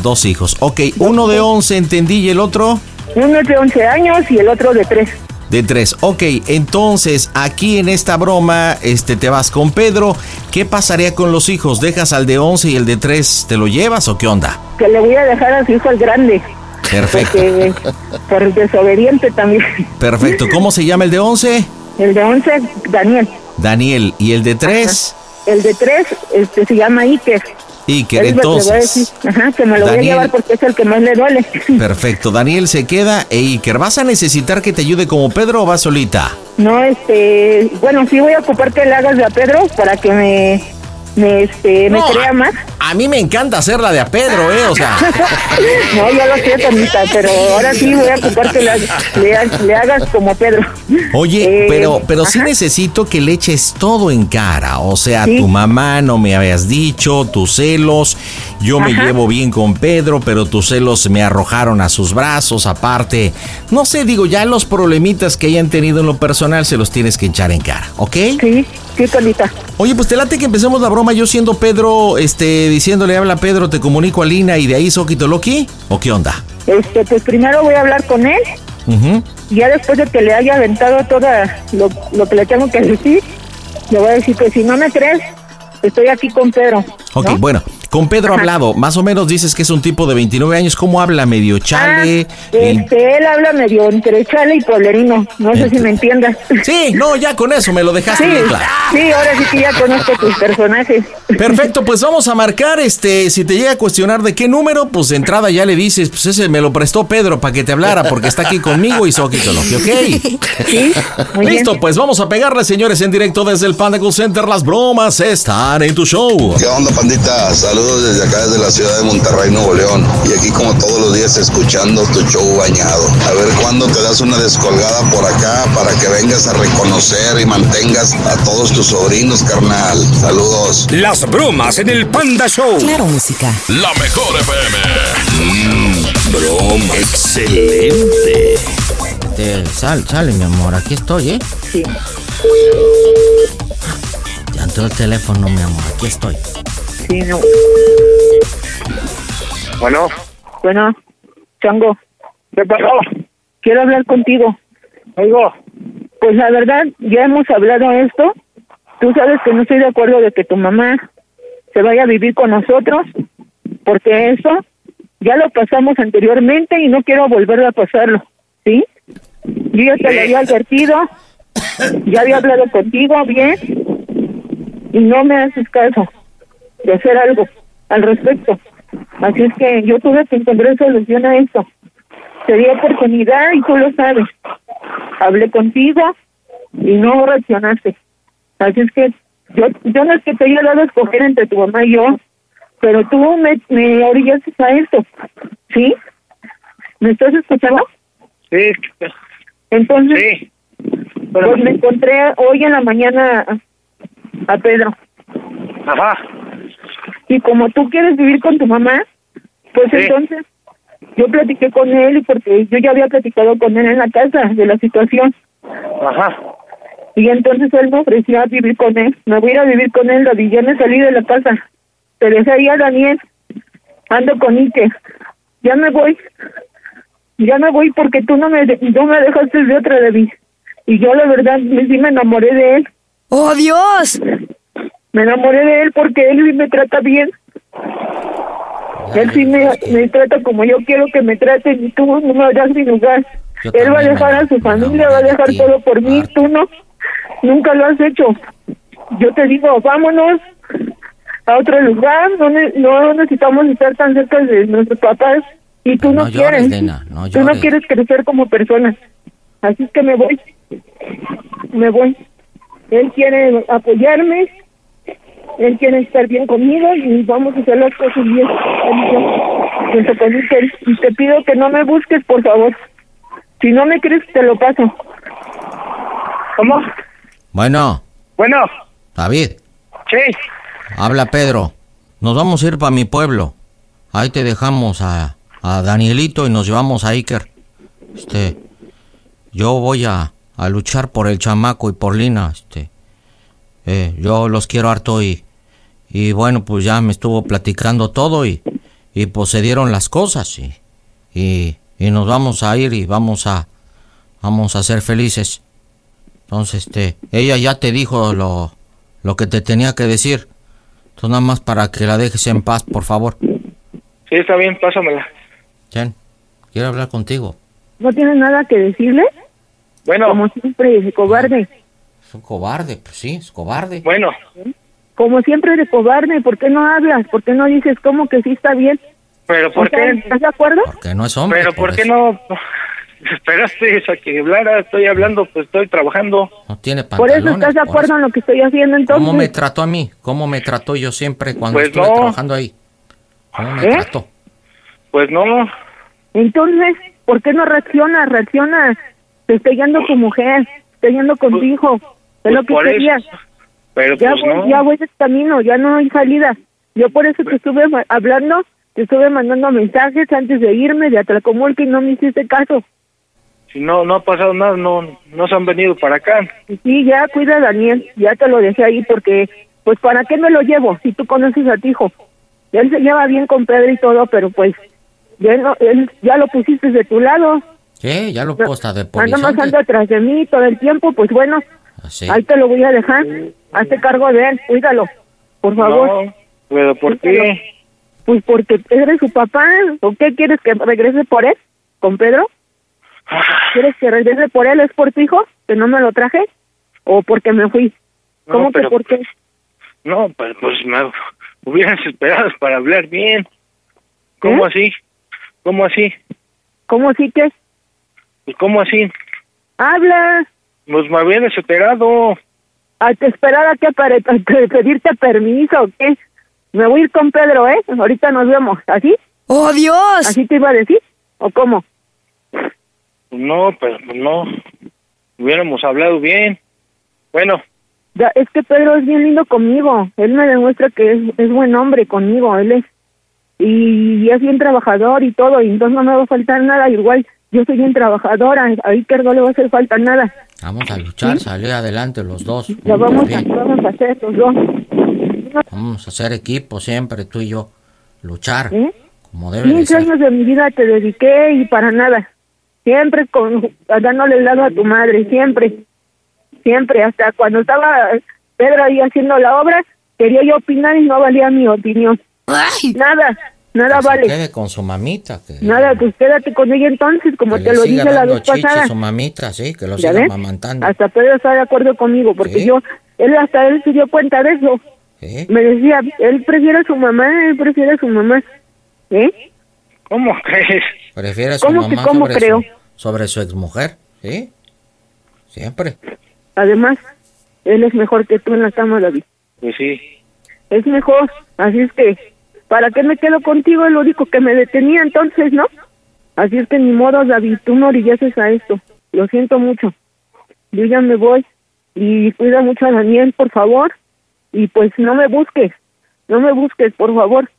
Dos hijos. Ok, uno de 11, entendí, y el otro Uno de 11 años y el otro de 3. de tres. Ok, entonces aquí en esta broma este, te vas con Pedro. ¿Qué pasaría con los hijos? ¿Dejas al de 11 y el de 3 te lo llevas o qué onda? Que le voy a dejar a su hijo el grande, Perfecto, porque por desobediente también. perfecto. ¿Cómo se llama el de 11? El de 11, Daniel. Daniel. ¿Y el de 3? El de 3 este, se llama Iker. Iker. Es lo que le voy a Entonces, decir. Ajá, que me lo voy Daniel. a llevar porque es el que más le duele. perfecto. Daniel se queda e Iker. ¿Vas a necesitar que te ayude como Pedro o vas solita? No, este, bueno, sí voy a ocupar que le hagas de a Pedro para que me, me, este, me No, crea más. A mí me encanta hacerla de a Pedro, ¿eh? O sea. no, yo lo sé, Tomita, pero ahora sí voy a ocupar que le, ha- le ha- le hagas como Pedro. Oye, Eh, pero, pero sí ajá. necesito que le eches todo en cara. O sea, Sí. tu mamá no me habías dicho, tus celos. Yo me Ajá. llevo bien con Pedro, pero tus celos me arrojaron a sus brazos. Aparte, no sé, digo, ya los problemitas que hayan tenido en lo personal se los tienes que echar en cara, ¿ok? Sí, sí, Tomita. Oye, pues te late que empecemos la broma yo siendo Pedro, este, diciéndole, habla Pedro, te comunico a Lina y de ahí Soquito Loki. ¿O qué onda? Este, pues primero voy a hablar con él, Ujú. y ya después de que le haya aventado todo lo, lo que le tengo que decir, le voy a decir que si no me crees, estoy aquí con Pedro. Ok, bueno, con Pedro hablado, más o menos dices que es un tipo de 29 años, ¿cómo habla? Ah, Medio chale. eh, Este, él habla medio entre chale y polerino, no sé si me entiendas. Sí, no, ya con eso me lo dejaste Sí, bien claro. sí, ahora sí que ya conozco tus personajes. Perfecto, pues vamos a marcar, este, si te llega a cuestionar de qué número, pues de entrada ya le dices, pues ese me lo prestó Pedro para que te hablara, porque está aquí conmigo y Soquito Loki, ¿ok? muy bien. Listo, pues vamos a pegarle, señores, en directo desde el Panda Cool Center, las bromas están en tu show. ¿Qué onda, pandita? Saludos desde acá, desde la ciudad de Monterrey, Nuevo León. Y aquí, como todos los días, escuchando tu show bañado. A ver cuándo te das una descolgada por acá para que vengas a reconocer y mantengas a todos tus sobrinos, carnal. Saludos. Las bromas en el Panda Show. Claro, música. La mejor FM. Mm, broma. Excelente. Este, Te- sal, sale, mi amor, aquí estoy, ¿eh? Sí. Ya entró el teléfono, mi amor, aquí estoy. Sí, no. Bueno, Bueno, Chango. ¿Qué pasó? Quiero hablar contigo. Oigo. Pues la verdad, ya hemos hablado esto. Tú sabes que no estoy de acuerdo de que tu mamá se vaya a vivir con nosotros, porque eso ya lo pasamos anteriormente y no quiero volver a pasarlo, ¿sí? Yo ya te lo había advertido, ya había hablado contigo bien, y no me haces caso de hacer algo al respecto. Así es que yo tuve que encontrar solución a eso. Te di oportunidad y tú lo sabes. Hablé contigo y no reaccionaste. Así es que yo, yo no es que te haya dado a escoger entre tu mamá y yo, pero tú me, me orillaste a esto. ¿Sí? ¿Me estás escuchando? Sí. Entonces, pues me encontré hoy en la mañana a- a Pedro. Ajá. y como tú quieres vivir con tu mamá, pues Sí. entonces yo platiqué con él y porque yo ya había platicado con él en la casa de la situación Ajá. y entonces él me ofreció a vivir con él, me voy a ir a vivir con él, David, ya me salí de la casa, te dejé ahí a Daniel, ando con Ike, ya me voy, ya me voy porque tú no me, de- no me dejaste de otra, David, y yo la verdad me- sí me enamoré de él. ¡Oh, Dios! Me enamoré de él porque él sí me trata bien. Él sí me, me trata como yo quiero que me traten y tú no me das mi lugar. Yo Él va a también dejar a su familia, va a dejar todo por Ah. mí, tú no. Nunca lo has hecho. Yo te digo, vámonos a otro lugar, no, ne- no necesitamos estar tan cerca de nuestros papás y tú no, No llores, quieres. nena, no tú no llores. quieres crecer como persona. Así es que me voy. Me voy. Él quiere apoyarme, él quiere estar bien conmigo y vamos a hacer las cosas bien. Él y yo, junto con Iker. Y te pido que no me busques, por favor. Si no me crees, te lo paso. ¿Cómo? Bueno, Bueno, David, sí. habla Pedro. Nos vamos a ir para mi pueblo. Ahí te dejamos a, a Danielito y nos llevamos a Iker. Este, yo voy a, a luchar por el chamaco y por Lina. Este, eh, yo los quiero harto y, y bueno, pues ya me estuvo platicando todo y, y pues se dieron las cosas y, y, y nos vamos a ir y vamos a, vamos a ser felices. Entonces, este, ella ya te dijo lo, lo que te tenía que decir. Entonces, nada más para que la dejes en paz, por favor. Sí, está bien, pásamela. Chen, quiero hablar contigo. ¿No tienes nada que decirle? Bueno. Como siempre, de cobarde. Es un cobarde, pues sí, es cobarde. Bueno. Como siempre, de cobarde. ¿Por qué no hablas? ¿Por qué no dices como que sí está bien? Pero O ¿por sea, qué? ¿Estás de acuerdo? Que no es hombre. pues. Pero ¿por qué eso. no esperaste a que hablara? Estoy hablando, pues estoy trabajando. No tiene Por pantalones. eso estás de por acuerdo en lo que estoy haciendo eso. ¿Cómo me entonces. trató a mí? ¿Cómo me trató yo siempre cuando Pues estuve no. trabajando ahí? ¿Cómo me ¿Eh? trató? Pues no, Entonces, ¿por qué no reaccionas? Reacciona. Te está yendo tu mujer, te está yendo con tu hijo. Es pues lo que por eso, querías. pero Ya, pues voy, no. ya voy de camino, ya no hay salida. Yo por eso te estuve ma- hablando, te estuve mandando mensajes antes de irme de Atlacomulco y no me hiciste caso. Si no, no ha pasado nada, no, no se han venido para acá. Y sí, ya cuida a Daniel, ya te lo dejé ahí porque, pues, ¿para qué me lo llevo si tú conoces a tu hijo? Él se lleva bien con Pedro y todo, pero pues, ya, no- él, ya lo pusiste de tu lado, Sí, ya lo posta de anda más polizonte. anda atrás de mí todo el tiempo, pues bueno, Sí. ahí te lo voy a dejar, hazte cargo de él, cuídalo, por favor. No, pero ¿por Cuídalo. qué? Pues porque eres su papá. ¿O qué quieres que regrese por él? ¿Con Pedro? Ah. ¿Quieres que regrese por él? ¿Es por tu hijo? ¿Que no me lo traje? ¿O porque me fui? No, ¿Cómo que pero- por qué? No, pero pues me hubieran esperado para hablar bien. ¿Cómo ¿Eh? así? ¿Cómo así? ¿Cómo así que? Pues ¿cómo así? ¡Habla! Pues me habían esperado. ¿A te esperar a qué? ¿Para para pedirte permiso o qué? Me voy a ir con Pedro, ¿eh? Ahorita nos vemos. ¿Así? ¡Oh, Dios! ¿Así te iba a decir? ¿O cómo? No, pero pues no. Hubiéramos hablado bien. Bueno, Ya, Es que Pedro es bien lindo conmigo. Él me demuestra que es, es buen hombre conmigo. Él es. y es bien trabajador y todo, y entonces no me va a faltar nada, igual yo soy bien trabajadora, a Iker no le va a hacer falta nada, Vamos a luchar, salir adelante los dos. lo vamos, a, Bien. vamos a hacer los dos. Vamos a hacer equipo siempre, tú y yo. Luchar, ¿eh? como debe de Quince ser. años de mi vida te dediqué y para nada, siempre con, dándole el lado a tu madre, siempre, siempre, hasta cuando estaba Pedro ahí haciendo la obra, quería yo opinar y no valía mi opinión, nada, nada vale. Quede Pues, con su mamita, que, Nada, pues quédate con ella entonces, como que te le lo siga dije la dando vez chicha pasada. a su mamita, sí, que lo ¿Ya siga ves? mamantando. Hasta Pedro está de acuerdo conmigo, porque Sí. yo, él hasta él se dio cuenta de eso. Sí. Me decía, él prefiere a su mamá, él prefiere a su mamá. ¿Eh? ¿Cómo crees? Prefiere a su ¿Cómo que mamá cómo sobre, creo? Su, sobre su exmujer, sí. Siempre. Pues, Además, él es mejor que tú en la cama, David. Pues sí. Es mejor, así es que, ¿para qué me quedo contigo? Es lo único que me detenía entonces, ¿no? Así es que ni modo, David, tú me orillases a esto. Lo siento mucho. Yo ya me voy. Y cuida mucho a Daniel, por favor. Y pues no me busques. No me busques, por favor.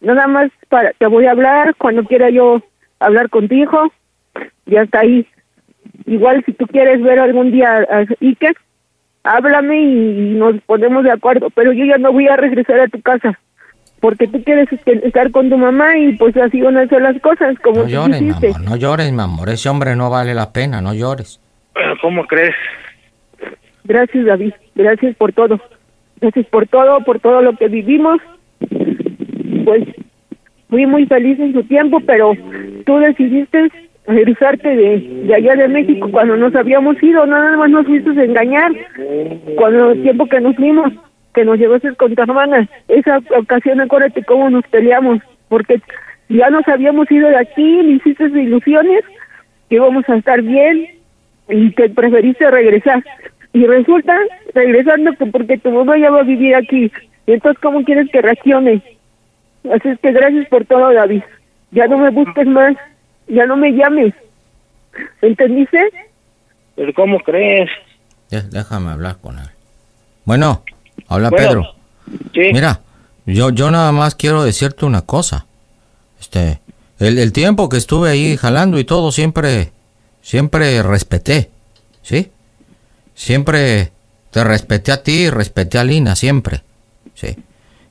Nada más para te voy a hablar cuando quiera yo hablar contigo. Y hasta ahí. Igual si tú quieres ver algún día a a Iker, háblame y nos ponemos de acuerdo. Pero yo ya no voy a regresar a tu casa. Porque tú quieres que- estar con tu mamá y pues así van a hacer las cosas como No tú llores, mi quisiste. amor, no llores, mi amor. Ese hombre no vale la pena, no llores. Pero ¿cómo crees? Gracias, David. Gracias por todo. Gracias por todo, por todo lo que vivimos. Pues fui muy feliz en su tiempo, pero tú decidiste regresarte de, de allá de México cuando nos habíamos ido. Nada más nos fuiste a engañar cuando el tiempo que nos vimos, que nos llevaste con tu hermana. Esa ocasión, acuérdate cómo nos peleamos, porque ya nos habíamos ido de aquí, me hiciste ilusiones que íbamos a estar bien y que preferiste regresar. Y resulta regresando que porque tu mamá ya va a vivir aquí. Y entonces, ¿cómo quieres que reaccione? Así es que gracias por todo, David. Ya no me busques más. Ya no me llames. ¿Entendiste? ¿Pero cómo crees? De- Déjame hablar con él. Bueno, habla Bueno, Pedro. sí. Mira, yo, yo nada más quiero decirte una cosa. Este, el, el tiempo que estuve ahí jalando y todo, siempre, siempre respeté, ¿sí? Siempre te respeté a ti y respeté a Lina, siempre, ¿sí?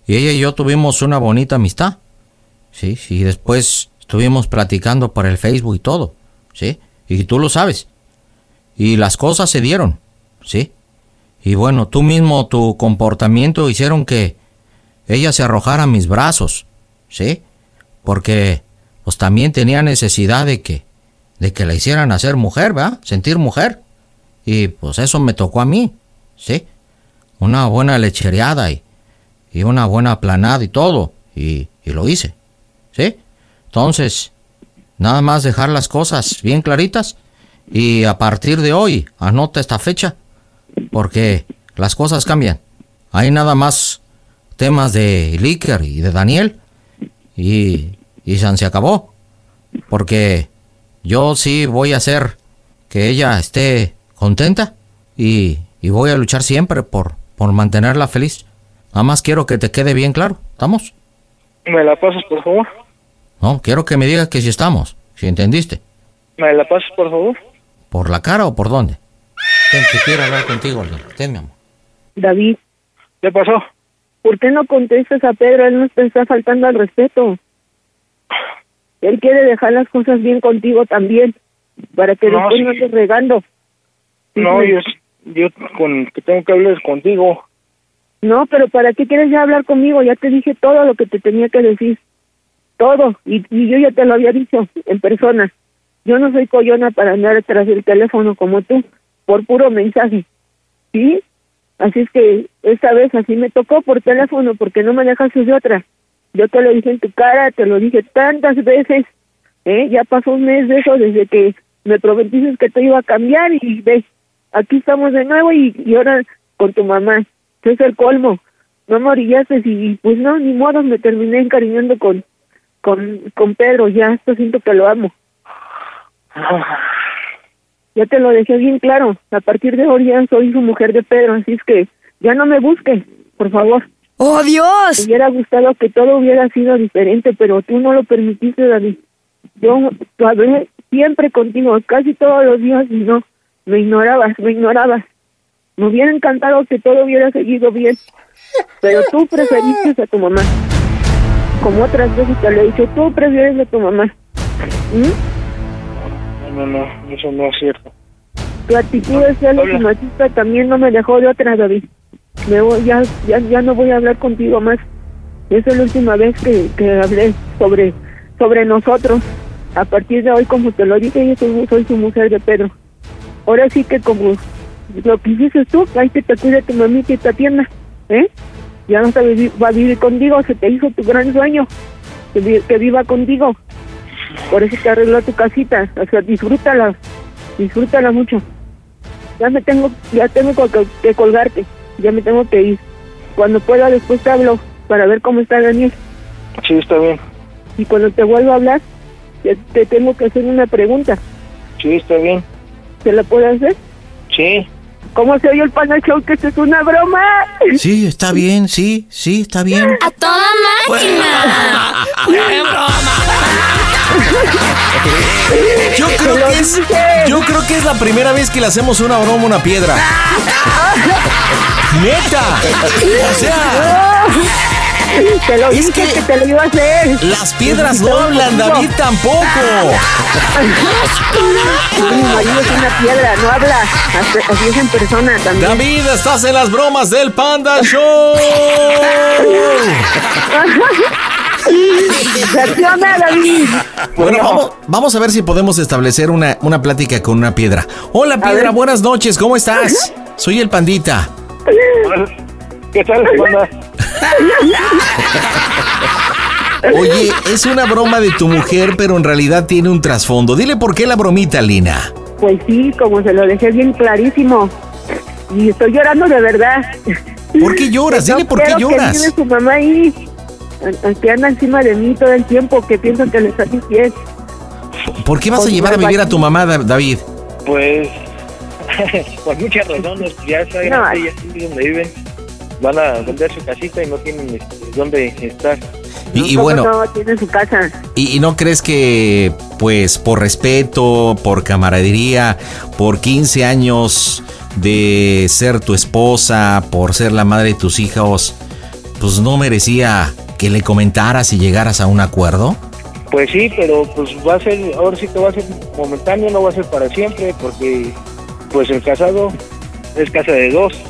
Y ella y yo tuvimos una bonita amistad, ¿sí? Y después estuvimos platicando por el Facebook y todo, ¿sí? Y tú lo sabes. Y las cosas se dieron, ¿sí? Y bueno, tú mismo, tu comportamiento hicieron que ella se arrojara a mis brazos, ¿sí? Porque pues también tenía necesidad de que, de que la hicieran hacer mujer, ¿verdad? Sentir mujer. Y pues eso me tocó a mí, ¿sí? Una buena lechereada y, y una buena aplanada y todo. Y, y lo hice, ¿sí? Entonces, nada más dejar las cosas bien claritas y a partir de hoy anota esta fecha porque las cosas cambian. Hay nada más temas de Licker y de Daniel y, y San se acabó. Porque yo sí voy a hacer que ella esté contenta y, y voy a luchar siempre por, por mantenerla feliz. Nada más quiero que te quede bien claro. ¿Estamos? ¿Me la pasas, por favor? No, quiero que me digas que si estamos, si entendiste. ¿Me la pasas, por favor? ¿Por la cara o por dónde? Ten que quiero hablar contigo, Lina. Ten, mi amor. David. ¿Qué pasó? ¿Por qué no contestas a Pedro? Él nos está faltando al respeto. Él quiere dejar las cosas bien contigo también, para que No, después sí. no estés regando. No, Sí, yo, yo con que tengo que hablar es contigo. No, pero ¿para qué quieres ya hablar conmigo? Ya te dije todo lo que te tenía que decir. Todo. Y, y yo ya te lo había dicho en persona. Yo no soy coyona para andar tras el teléfono como tú, por puro mensaje. ¿Sí? Así es que esta vez así me tocó por teléfono porque no me dejaste de otra. Yo te lo dije en tu cara, te lo dije tantas veces. ¿eh? Ya pasó un mes de eso desde que me prometiste que te iba a cambiar y ves, aquí estamos de nuevo y, y ahora con tu mamá. que Es el colmo. No me orillaste y pues no, ni modo, me terminé encariñando con, con, con Pedro. Ya hasta siento que lo amo. Ah. Ya te lo dejé bien claro. A partir de ahora ya soy su mujer de Pedro, así es que ya no me busques, por favor. ¡Oh, Dios! Me hubiera gustado que todo hubiera sido diferente, pero tú no lo permitiste, Dani. Yo tú hablé siempre contigo, casi todos los días, y no, me ignorabas, me ignorabas. Me hubiera encantado que todo hubiera seguido bien, pero tú preferiste a tu mamá. Como otras veces te lo he dicho, tú prefieres a tu mamá. ¿Mm? No, no, eso no es cierto. Tu actitud de celos y machista también no me dejó de otra, David. Me voy- ya, ya, ya no voy a hablar contigo más. Esa es la última vez que, que hablé sobre, sobre nosotros. A partir de hoy, como te lo dije, yo soy, soy su mujer de Pedro. Ahora sí que como lo que hiciste tú, ahí que te cuide tu mamita y te atienda. ¿eh? Ya no está vivi- va a vivir contigo, se te hizo tu gran sueño, que, vi- que viva contigo. Por eso te arregló tu casita, o sea, disfrútala, disfrútala mucho. Ya me tengo, ya tengo que, que colgarte, ya me tengo que ir. Cuando pueda después te hablo para ver cómo está Daniel. Sí, está bien. Y cuando te vuelva a hablar, te, te tengo que hacer una pregunta. Sí, está bien. ¿Te la puedo hacer? Sí. ¿Cómo se oye el Panda Show? Que esto es una broma. Sí, está bien, sí, sí, está bien. ¡A toda máquina! Yo creo que es, yo creo que es la primera vez que le hacemos una broma a una piedra. Neta. O sea, Te lo Es dije que... que te lo iba a hacer. las piedras no hablan, David tampoco. Mi marido es una piedra, no habla. Así así es en persona también. David, estás en las bromas del Panda Show. Reacciona, David. Bueno, vamos, vamos a ver si podemos establecer una, una plática con una piedra. Hola, piedra, buenas noches, ¿cómo estás? Soy el pandita. ¿Qué tal, Wanda? Oye, es una broma de tu mujer, pero en realidad tiene un trasfondo. Dile por qué la bromita, Lina. Pues sí, como se lo dejé bien clarísimo. Y estoy llorando de verdad. ¿Por qué lloras? Dile por qué Pero lloras. Que vive su mamá ahí. a- Que anda encima de mí todo el tiempo, que piensa que le está pies. ¿Por qué vas a Con llevar a vivir a barbacoa. tu mamá, Da- David? Pues, por muchas razones, ya está grande, No. ya saben donde viven. Van a vender su casita y no tienen este, dónde estar. Y, y bueno, No, tiene su casa. y, y no crees que, pues, por respeto, por camaradería, por 15 años de ser tu esposa, por ser la madre de tus hijos, pues no merecía que le comentaras y llegaras a un acuerdo? Pues sí, pero pues va a ser, ahora sí que va a ser momentáneo, no va a ser para siempre, porque pues el casado es casa de dos.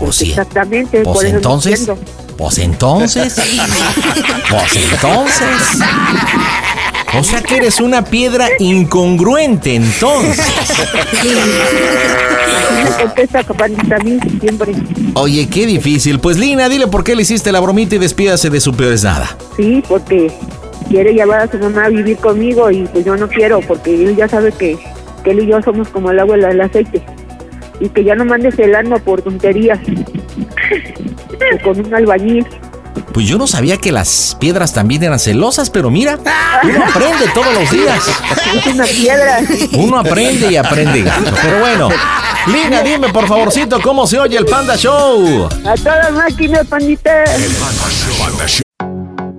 Pues sí. Exactamente. Pues por eso entonces, no entiendo. pues entonces, pues entonces. O sea que eres una piedra incongruente entonces. Me contesta Capandita a mí siempre. Oye, qué difícil. Pues Lina, dile por qué le hiciste la bromita y despídase de su peor es nada. Sí, porque quiere llevar a su mamá a vivir conmigo y pues yo no quiero porque él ya sabe que, que él y yo somos como el agua y el aceite. Y que ya no mandes el alma por tonterías. O con un albañil. Pues yo no sabía que las piedras también eran celosas, pero mira, uno aprende todos los días. Es una piedra. Uno aprende y aprende gato. Pero bueno, Lina, dime por favorcito cómo se oye el Panda Show. A toda máquina, pandita.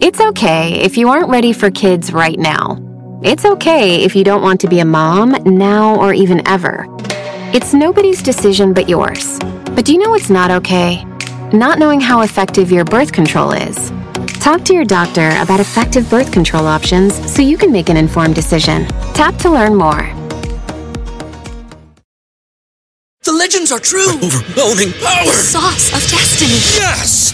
It's okay if you aren't ready for kids right now. It's okay if you don't want to be a mom now or even ever. It's nobody's decision but yours. But do you know what's not okay? Not knowing how effective your birth control is. Talk to your doctor about effective birth control options so you can make an informed decision. Tap to learn more. The legends are true. Overwhelming power! The sauce of destiny. Yes!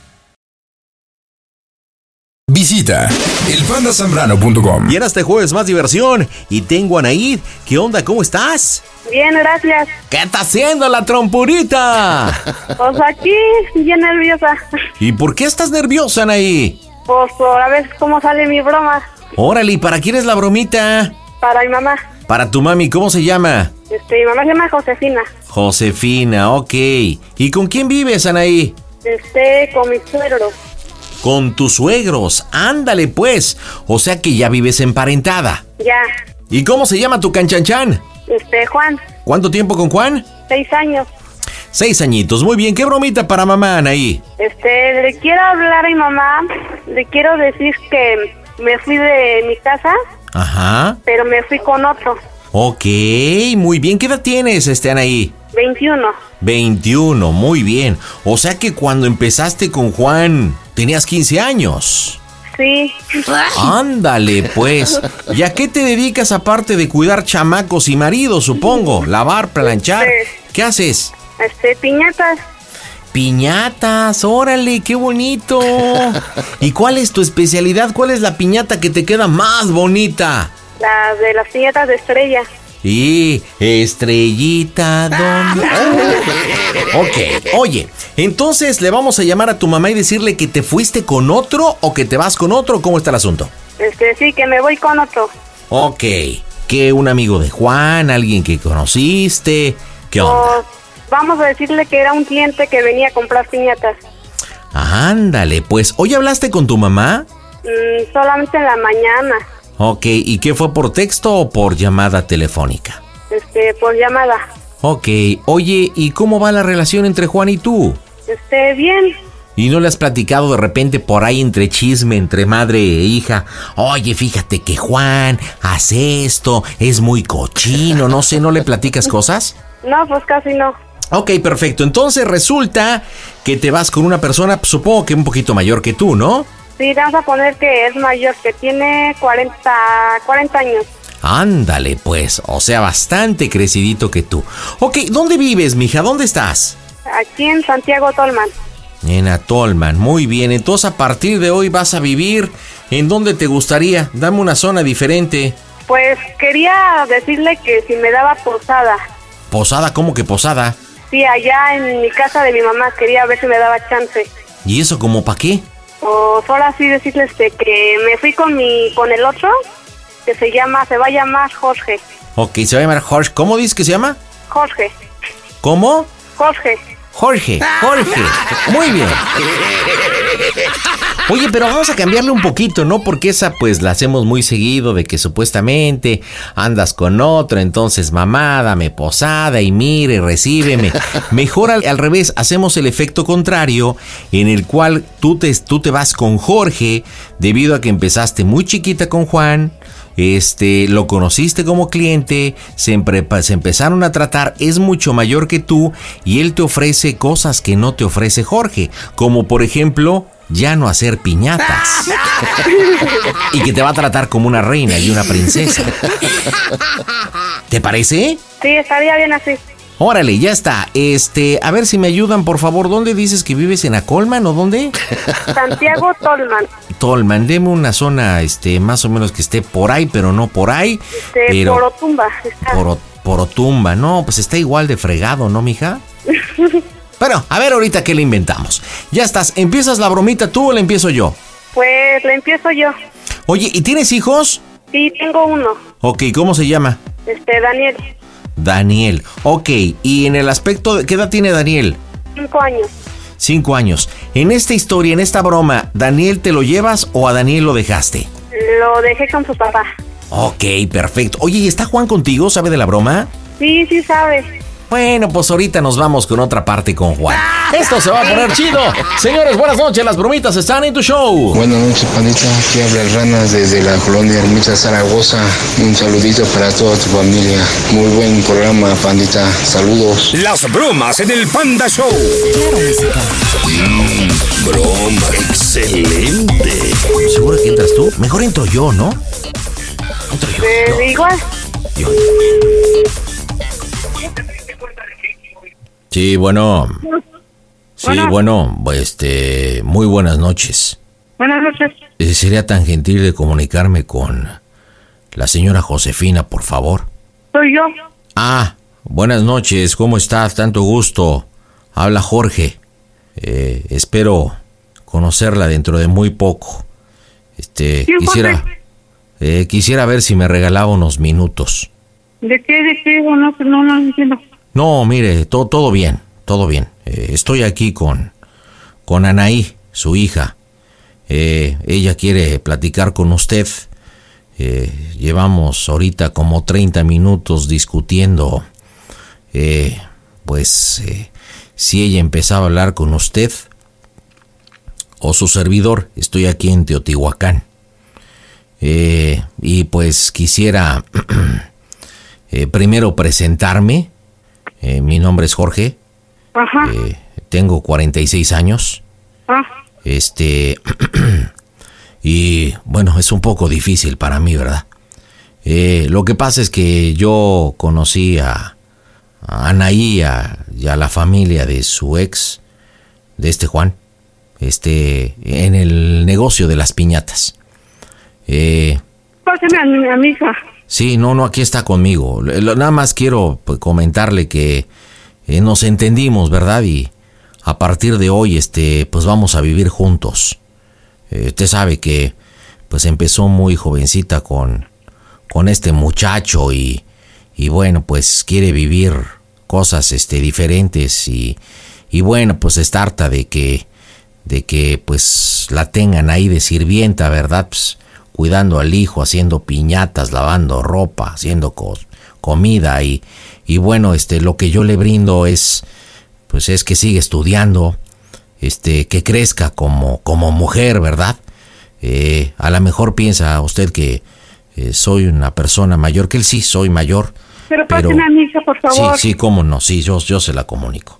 Visita elpandasambrano.com. Y en este jueves más diversión. Y tengo a Anaid. ¿Qué onda? ¿Cómo estás? Bien, gracias. ¿Qué está haciendo la trompurita? Pues aquí, bien nerviosa. ¿Y por qué estás nerviosa, Anaí? Pues a ver cómo sale mi broma Órale, ¿y ¿para quién es la bromita? para mi mamá. Para tu mami, ¿cómo se llama? Este, mi mamá se llama Josefina. Josefina, ok. ¿Y con quién vives, Anaí? Este, con mi suegro. Con tus suegros. Ándale, pues. O sea que ya vives emparentada. Ya. ¿Y cómo se llama tu canchanchan? Este, Juan, ¿Cuánto tiempo con Juan? seis años. Seis añitos. Muy bien, ¿qué bromita para mamá, Anaí? Este, le quiero hablar a mi mamá. Le quiero decir que me fui de mi casa, Ajá. pero me fui con otro. Ok, muy bien. ¿Qué edad tienes, este, Anaí? 21. 21, muy bien. O sea que cuando empezaste con Juan, tenías 15 años. Sí. Ah. Ándale, pues. ¿Y a qué te dedicas aparte de cuidar chamacos y maridos, supongo? Lavar, planchar. ¿Qué haces? Pues, Este, piñatas. Piñatas, órale, qué bonito. ¿Y cuál es tu especialidad? ¿Cuál es la piñata que te queda más bonita? Las de las piñatas de estrella. Y estrellita, ¿dónde? Ok, oye, entonces le vamos a llamar a tu mamá y decirle que te fuiste con otro o que te vas con otro. ¿Cómo está el asunto? Este, sí, que me voy con otro. Ok, que un amigo de Juan, alguien que conociste. ¿Qué onda? O vamos a decirle que era un cliente que venía a comprar piñatas. Ándale, pues, ¿hoy hablaste con tu mamá? Mm, solamente en la mañana. Ok, ¿y qué fue por texto o por llamada telefónica? Este, por llamada. Ok, oye, ¿y cómo va la relación entre Juan y tú? Este, bien. ¿Y no le has platicado de repente por ahí entre chisme, entre madre e hija? Oye, fíjate que Juan hace esto, es muy cochino, no sé, ¿no le platicas cosas? No, pues casi no. Ok, perfecto. Entonces resulta que te vas con una persona, supongo que un poquito mayor que tú, ¿no? Sí, vamos a poner que es mayor, que tiene 40, 40 años. Ándale, pues, o sea, bastante crecidito que tú. Ok, ¿dónde vives, mija? ¿Dónde estás? Aquí en Santiago Tolman. En Atolman, muy bien. Entonces, a partir de hoy vas a vivir en donde te gustaría. Dame una zona diferente. Pues quería decirle que si me daba posada. Posada, ¿cómo que posada? Sí, allá en mi casa de mi mamá quería ver si me daba chance. ¿Y eso como para qué? O solo así decirle este, que me fui con mi con el otro, que se llama, se va a llamar Jorge. Ok, se va a llamar Jorge. ¿Cómo dices que se llama? Jorge, ¿Cómo? Jorge. Jorge, Jorge. Muy bien. Oye, pero vamos a cambiarle un poquito, ¿no? Porque esa pues la hacemos muy seguido de que supuestamente andas con otro, entonces mamá, dame posada y mire, recíbeme. Mejor al, al revés, hacemos el efecto contrario en el cual tú te, tú te vas con Jorge debido a que empezaste muy chiquita con Juan. Este, lo conociste como cliente, se, empe- se empezaron a tratar, es mucho mayor que tú y él te ofrece cosas que no te ofrece Jorge, como por ejemplo ya no hacer piñatas y que te va a tratar como una reina y una princesa. ¿Te parece? Sí, estaría bien así. Órale, ya está. Este, a ver si me ayudan, por favor. ¿Dónde dices que vives? ¿En Acolman o dónde? Santiago Tolman. Tolman, deme una zona, este, más o menos que esté por ahí, pero no por ahí. Este, pero Porotumba. está. Poro- Porotumba, no, pues está igual de fregado, ¿no, mija? Bueno, a ver ahorita qué le inventamos. Ya estás, ¿empiezas la bromita tú o la empiezo yo? Pues le empiezo yo. Oye, ¿y tienes hijos? Sí, tengo uno. Ok, ¿cómo se llama? Este, Daniel, Daniel. Ok, y en el aspecto de qué edad tiene Daniel? cinco años. Cinco años. En esta historia, en esta broma, ¿Daniel te lo llevas o a Daniel lo dejaste? Lo dejé con su papá. Ok, perfecto. Oye, ¿y está Juan contigo? ¿Sabe de la broma? Sí, sí sabe. Bueno, pues ahorita nos vamos con otra parte con Juan. Esto se va a poner chido. Señores, buenas noches. Las bromitas están en tu show. Buenas noches, pandita. Aquí habla el Ranas desde la colonia Ermita Zaragoza. Un saludito para toda tu familia. Muy buen programa, pandita. Saludos. Las bromas en el Panda Show. Mm, broma, excelente. ¿Seguro que entras tú? Mejor entro yo, ¿no? Eh, igual. Sí, bueno. Sí, bueno, este, muy buenas noches. Buenas noches. Eh, Sería tan gentil de comunicarme con la señora Josefina, por favor. Soy yo. Ah, buenas noches, ¿cómo estás? Tanto gusto. Habla Jorge. Eh, espero conocerla dentro de muy poco. Este, ¿Quién fue quisiera, eh, quisiera ver si me regalaba unos minutos. ¿De qué, de qué? O No, no, no entiendo. No, mire, to- todo bien, todo bien. Eh, estoy aquí con, con Anaí, su hija. Eh, ella quiere platicar con usted. Eh, llevamos ahorita como 30 minutos discutiendo. Eh, pues eh, si ella empezaba a hablar con usted o su servidor, estoy aquí en Teotihuacán. Eh, y pues quisiera eh, primero presentarme. Eh, mi nombre es Jorge, eh, Ajá. tengo 46 años. Ah, Este. y bueno, es un poco difícil para mí, ¿verdad? Eh, lo que pasa es que yo conocí a, a Anaí a- y a la familia de su ex, de este Juan, este, en el negocio de las piñatas. Eh, pásame a mi, a mi hija. Sí, no, no, aquí está conmigo. Lo- lo- Nada más quiero pues, comentarle que eh, nos entendimos, ¿verdad? Y a partir de hoy, este, pues vamos a vivir juntos. Eh, usted sabe que, pues empezó muy jovencita con, con este muchacho y, y bueno, pues quiere vivir cosas, este, diferentes y, y bueno, pues está harta de que, de que pues la tengan ahí de sirvienta, ¿verdad? Pues, cuidando al hijo, haciendo piñatas, lavando ropa, haciendo cos- comida y, y bueno, este, lo que yo le brindo es, pues es que sigue estudiando, este, que crezca como, como mujer, ¿verdad? Eh, a lo mejor piensa usted que eh, soy una persona mayor que él, sí, soy mayor. Pero Pero- pásame a mi hija, por favor. Sí, sí, cómo no, sí, yo, yo se la comunico.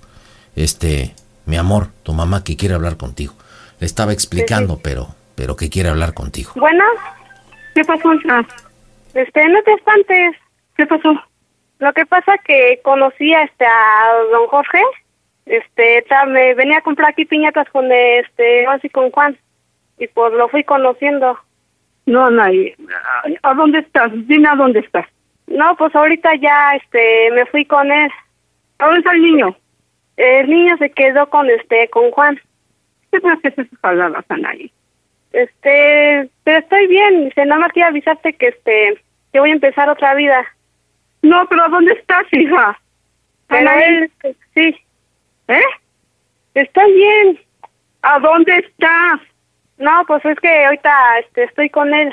Este, mi amor, tu mamá que quiere hablar contigo. Le estaba explicando, pero, pero que quiere hablar contigo. Bueno, ¿qué pasó, hija? Este, no te espantes. ¿Qué pasó? Lo que pasa que conocí a, este, a don Jorge. Este, ta- me venía a comprar aquí piñatas con este, así con Juan. Y pues lo fui conociendo. No, Anaí, ¿a a dónde estás? Dime a dónde estás. No, pues ahorita ya, este, me fui con él. ¿Dónde está el niño? El niño se quedó con este, con Juan. ¿Qué te haces esas palabras, Anaí? Este, pero estoy bien. Dice, nada más quiero avisarte que este, que voy a empezar otra vida. No, pero ¿a dónde estás, hija? Pero Anaí. él, pues, sí. ¿Eh? Estoy bien. ¿A dónde estás? No, pues es que ahorita este, estoy con él.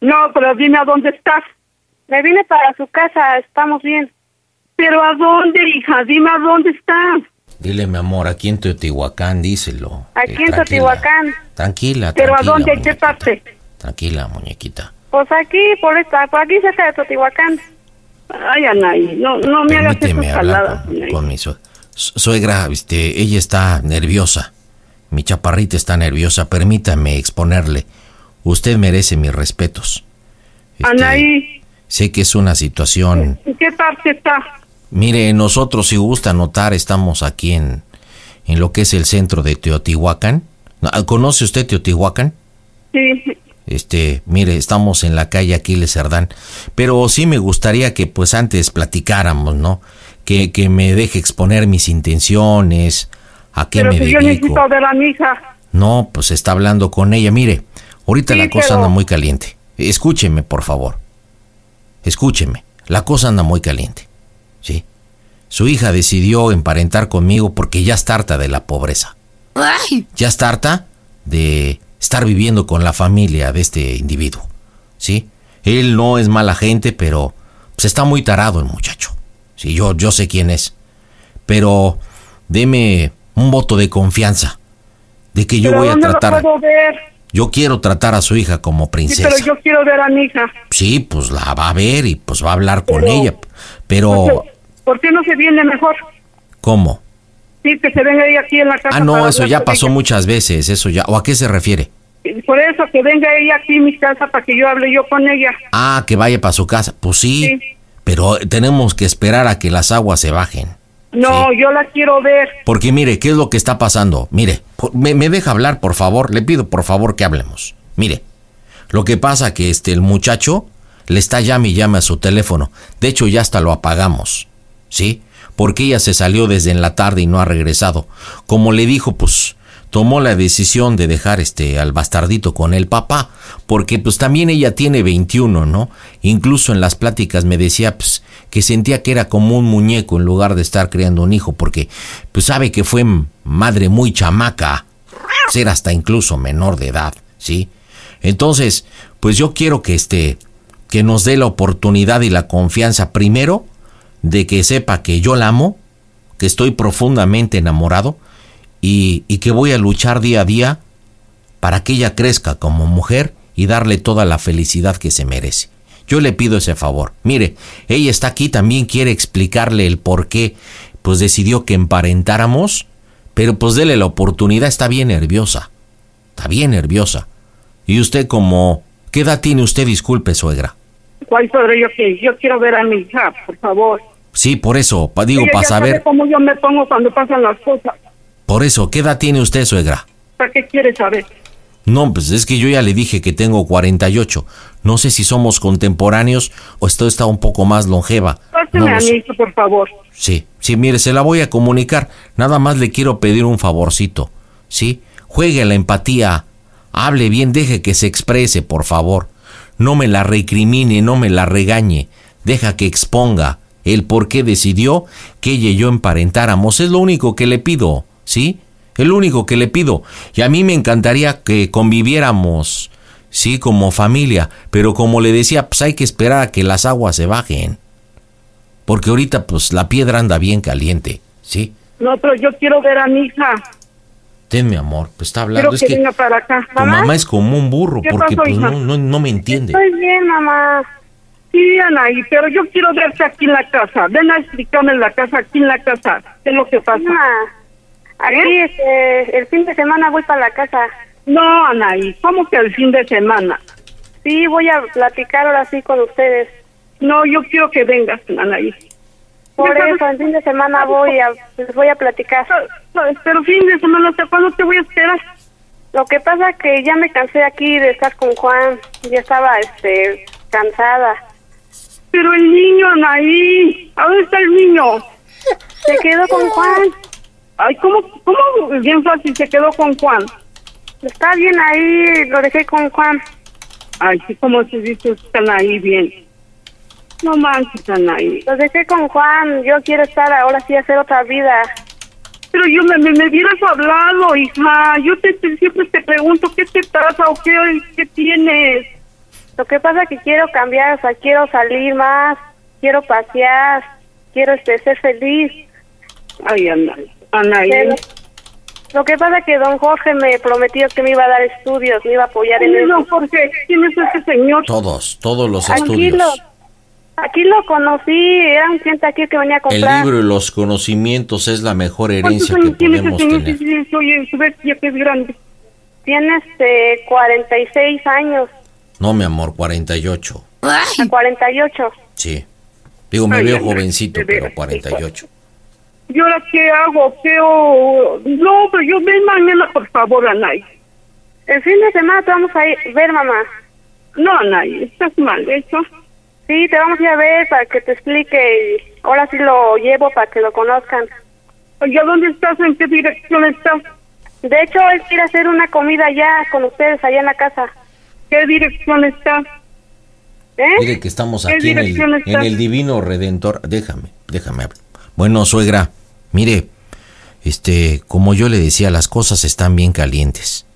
No, pero dime a dónde estás. Me vine para su casa, estamos bien. ¿Pero a dónde, hija? Dime a dónde estás. Dile, mi amor, aquí en Teotihuacán, díselo. Eh, Aquí en tranquila, Teotihuacán. Tranquila, ¿Pero a tranquila, dónde? ¿En muñe- qué parte? tranquila, muñequita. Pues aquí, por, esta, por aquí cerca de Teotihuacán. Ay, Anaí, no, no me hagas Permíteme esas hablar palabras. con, con mi suegra. Suegra, este, ella está nerviosa. Mi chaparrita está nerviosa. Permítame exponerle. Usted merece mis respetos. este Anaí, Sé que es una situación ¿en qué parte está? Mire, nosotros, si gusta notar, estamos aquí en, en lo que es el centro de Teotihuacán. Ah, ¿Conoce usted Teotihuacán? Sí, Este, mire, estamos en la calle Aquiles Cerdán. Pero sí me gustaría que, pues, antes platicáramos, ¿no? Que, que me deje exponer mis intenciones, a qué pero me si yo dedico. necesito ver a mi hija. No, pues está hablando con ella. Mire, ahorita Sí, la cosa pero- anda muy caliente. Escúcheme, por favor. Escúcheme. La cosa anda muy caliente. ¿Sí? Su hija decidió emparentar conmigo porque ya está harta de la pobreza. Ya está harta de estar viviendo con la familia de este individuo. ¿Sí? Él no es mala gente, pero pues, está muy tarado el muchacho. Sí, yo, yo sé quién es. Pero deme un voto de confianza de que yo ¿Pero voy a dónde lo tratar. puedo ver? Yo quiero tratar a su hija como Sí, princesa. pero yo quiero ver a mi hija. Sí, pues la va a ver y pues va a hablar con ella. ¿Por Pero, qué- ¿Por qué no se viene mejor? ¿cómo? Sí, que se venga ella aquí en la casa. Ah, no, para eso hablar ya con pasó muchas veces, eso ya. ¿O a qué se refiere? ella. Por eso, que venga ella aquí a mi casa para que yo hable yo con ella. Ah, que vaya para su casa. Pues sí, pero tenemos que esperar a que las aguas se bajen. No, yo la quiero ver. Porque mire, ¿qué es lo que está pasando? Mire, por- me, me deja hablar, por favor. Le pido, por favor, que hablemos. Mire, lo que pasa que este, el muchacho le está llame y llame a su teléfono. De hecho, ya hasta lo apagamos. ¿Sí? Porque ella se salió desde en la tarde y no ha regresado. Como le dijo, pues, tomó la decisión de dejar este al bastardito con el papá, porque pues también ella tiene 21, ¿no? Incluso en las pláticas me decía pues, que sentía que era como un muñeco en lugar de estar creando un hijo, porque pues sabe que fue madre muy chamaca, ser hasta incluso menor de edad, ¿sí? Entonces, pues yo quiero que este que nos dé la oportunidad y la confianza primero de que sepa que yo la amo, que estoy profundamente enamorado y, y, que voy a luchar día a día para que ella crezca como mujer y darle toda la felicidad que se merece. Yo le pido ese favor. Mire, ella está aquí, también quiere explicarle el por qué, pues decidió que emparentáramos, pero pues dele la oportunidad, está bien nerviosa, está bien nerviosa. Y usted como, ¿qué edad tiene usted, disculpe, suegra? ¿Cuál padre yo que yo quiero ver a mi hija, por favor? Sí, por eso, pa- digo, Ella para ya sabe saber. cómo yo me pongo cuando pasan las cosas. Por eso, ¿qué edad tiene usted, suegra? ¿Para qué quiere saber? No, pues es que yo ya le dije que tengo 48. No sé si somos contemporáneos o esto está un poco más longeva. No Pásame lo a mi sé. hija, por favor. Sí, sí, mire, se la voy a comunicar. Nada más le quiero pedir un favorcito. ¿Sí? Juegue la empatía. Hable bien, deje que se exprese, por favor. No me la recrimine, no me la regañe. Deja que exponga el por qué decidió que ella y yo emparentáramos. Es lo único que le pido, ¿sí? El único que le pido. Y a mí me encantaría que conviviéramos, ¿sí? Como familia. Pero como le decía, pues hay que esperar a que las aguas se bajen. Porque ahorita pues la piedra anda bien caliente, ¿sí? No, pero yo quiero ver a mi hija. Ten mi amor, pues está hablando, Quiero es que, que venga para acá. tu mamá es como un burro ¿Qué porque pasó, pues hija? no, no, no me entiende. Estoy bien, mamá. Sí, Anaí, pero yo quiero verte aquí en la casa. Ven a explicarme en la casa, aquí en la casa. ¿Qué es lo que pasa? ¿Eh? Aquí este, el fin de semana voy para la casa. No, Anaí, ¿cómo que el fin de semana? Sí, voy a platicar ahora sí con ustedes. No, yo quiero que vengas, Anaí. Por eso, el fin de semana voy a, les voy a platicar. Pero fin de semana, ¿hasta cuándo te voy a esperar? Lo que pasa que ya me cansé aquí de estar con Juan. Ah, Ya estaba, este, cansada. Pero el niño, Anaí, ¿a dónde está el niño? Se quedó con Juan. Ay, ¿cómo, cómo bien fácil se quedó con Juan? Está bien ahí, lo dejé con Juan. Ay, sí, como se dice, están ahí bien. No manches, están ahí. Lo dejé con Juan. Yo quiero estar ahora sí a hacer otra vida. Pero yo me, me, me hubieras hablado, hija. Yo te, te- siempre te pregunto qué te pasa o qué, qué tienes. Lo que pasa que quiero cambiar, o sea, quiero salir más, quiero pasear, quiero este, ser feliz. Ay, Ana, ¿eh? Anaí. Pero lo que pasa que don Jorge me prometió que me iba a dar estudios, me iba a apoyar en Ay, eso. don Jorge, ¿quién es ese señor? Todos, todos los Aquí estudios. lo, aquí lo conocí, era un cliente aquí que venía a El comprar. libro y los conocimientos es la mejor ¿Cuántos herencia que años tiene ese podemos señor? tener. Sí, sí, Oye, su vez ya que es grande. Tiene este 46 años, No, mi amor, 48. a 48. Sí. Digo, me Ay, veo ay, jovencito, de veras, pero 48. ¿eh? ¿Y ahora qué hago? ¿Qué o- No, pero yo ven mañana, por favor, Anaí. El fin de semana te vamos a ir, ver, mamá. No, Anaí, estás mal, eso. ¿eh? Sí, te vamos a ir a ver para que te explique y ahora sí lo llevo para que lo conozcan. Oye, ¿dónde estás? ¿En qué dirección estás? De hecho, él quiere hacer una comida allá con ustedes, allá en la casa. ¿Qué dirección estás? ¿Eh? Mire que estamos ¿Qué aquí en el, dirección está? en el divino redentor. Déjame, déjame hablar. Bueno, suegra, mire, este, como yo le decía, las cosas están bien calientes.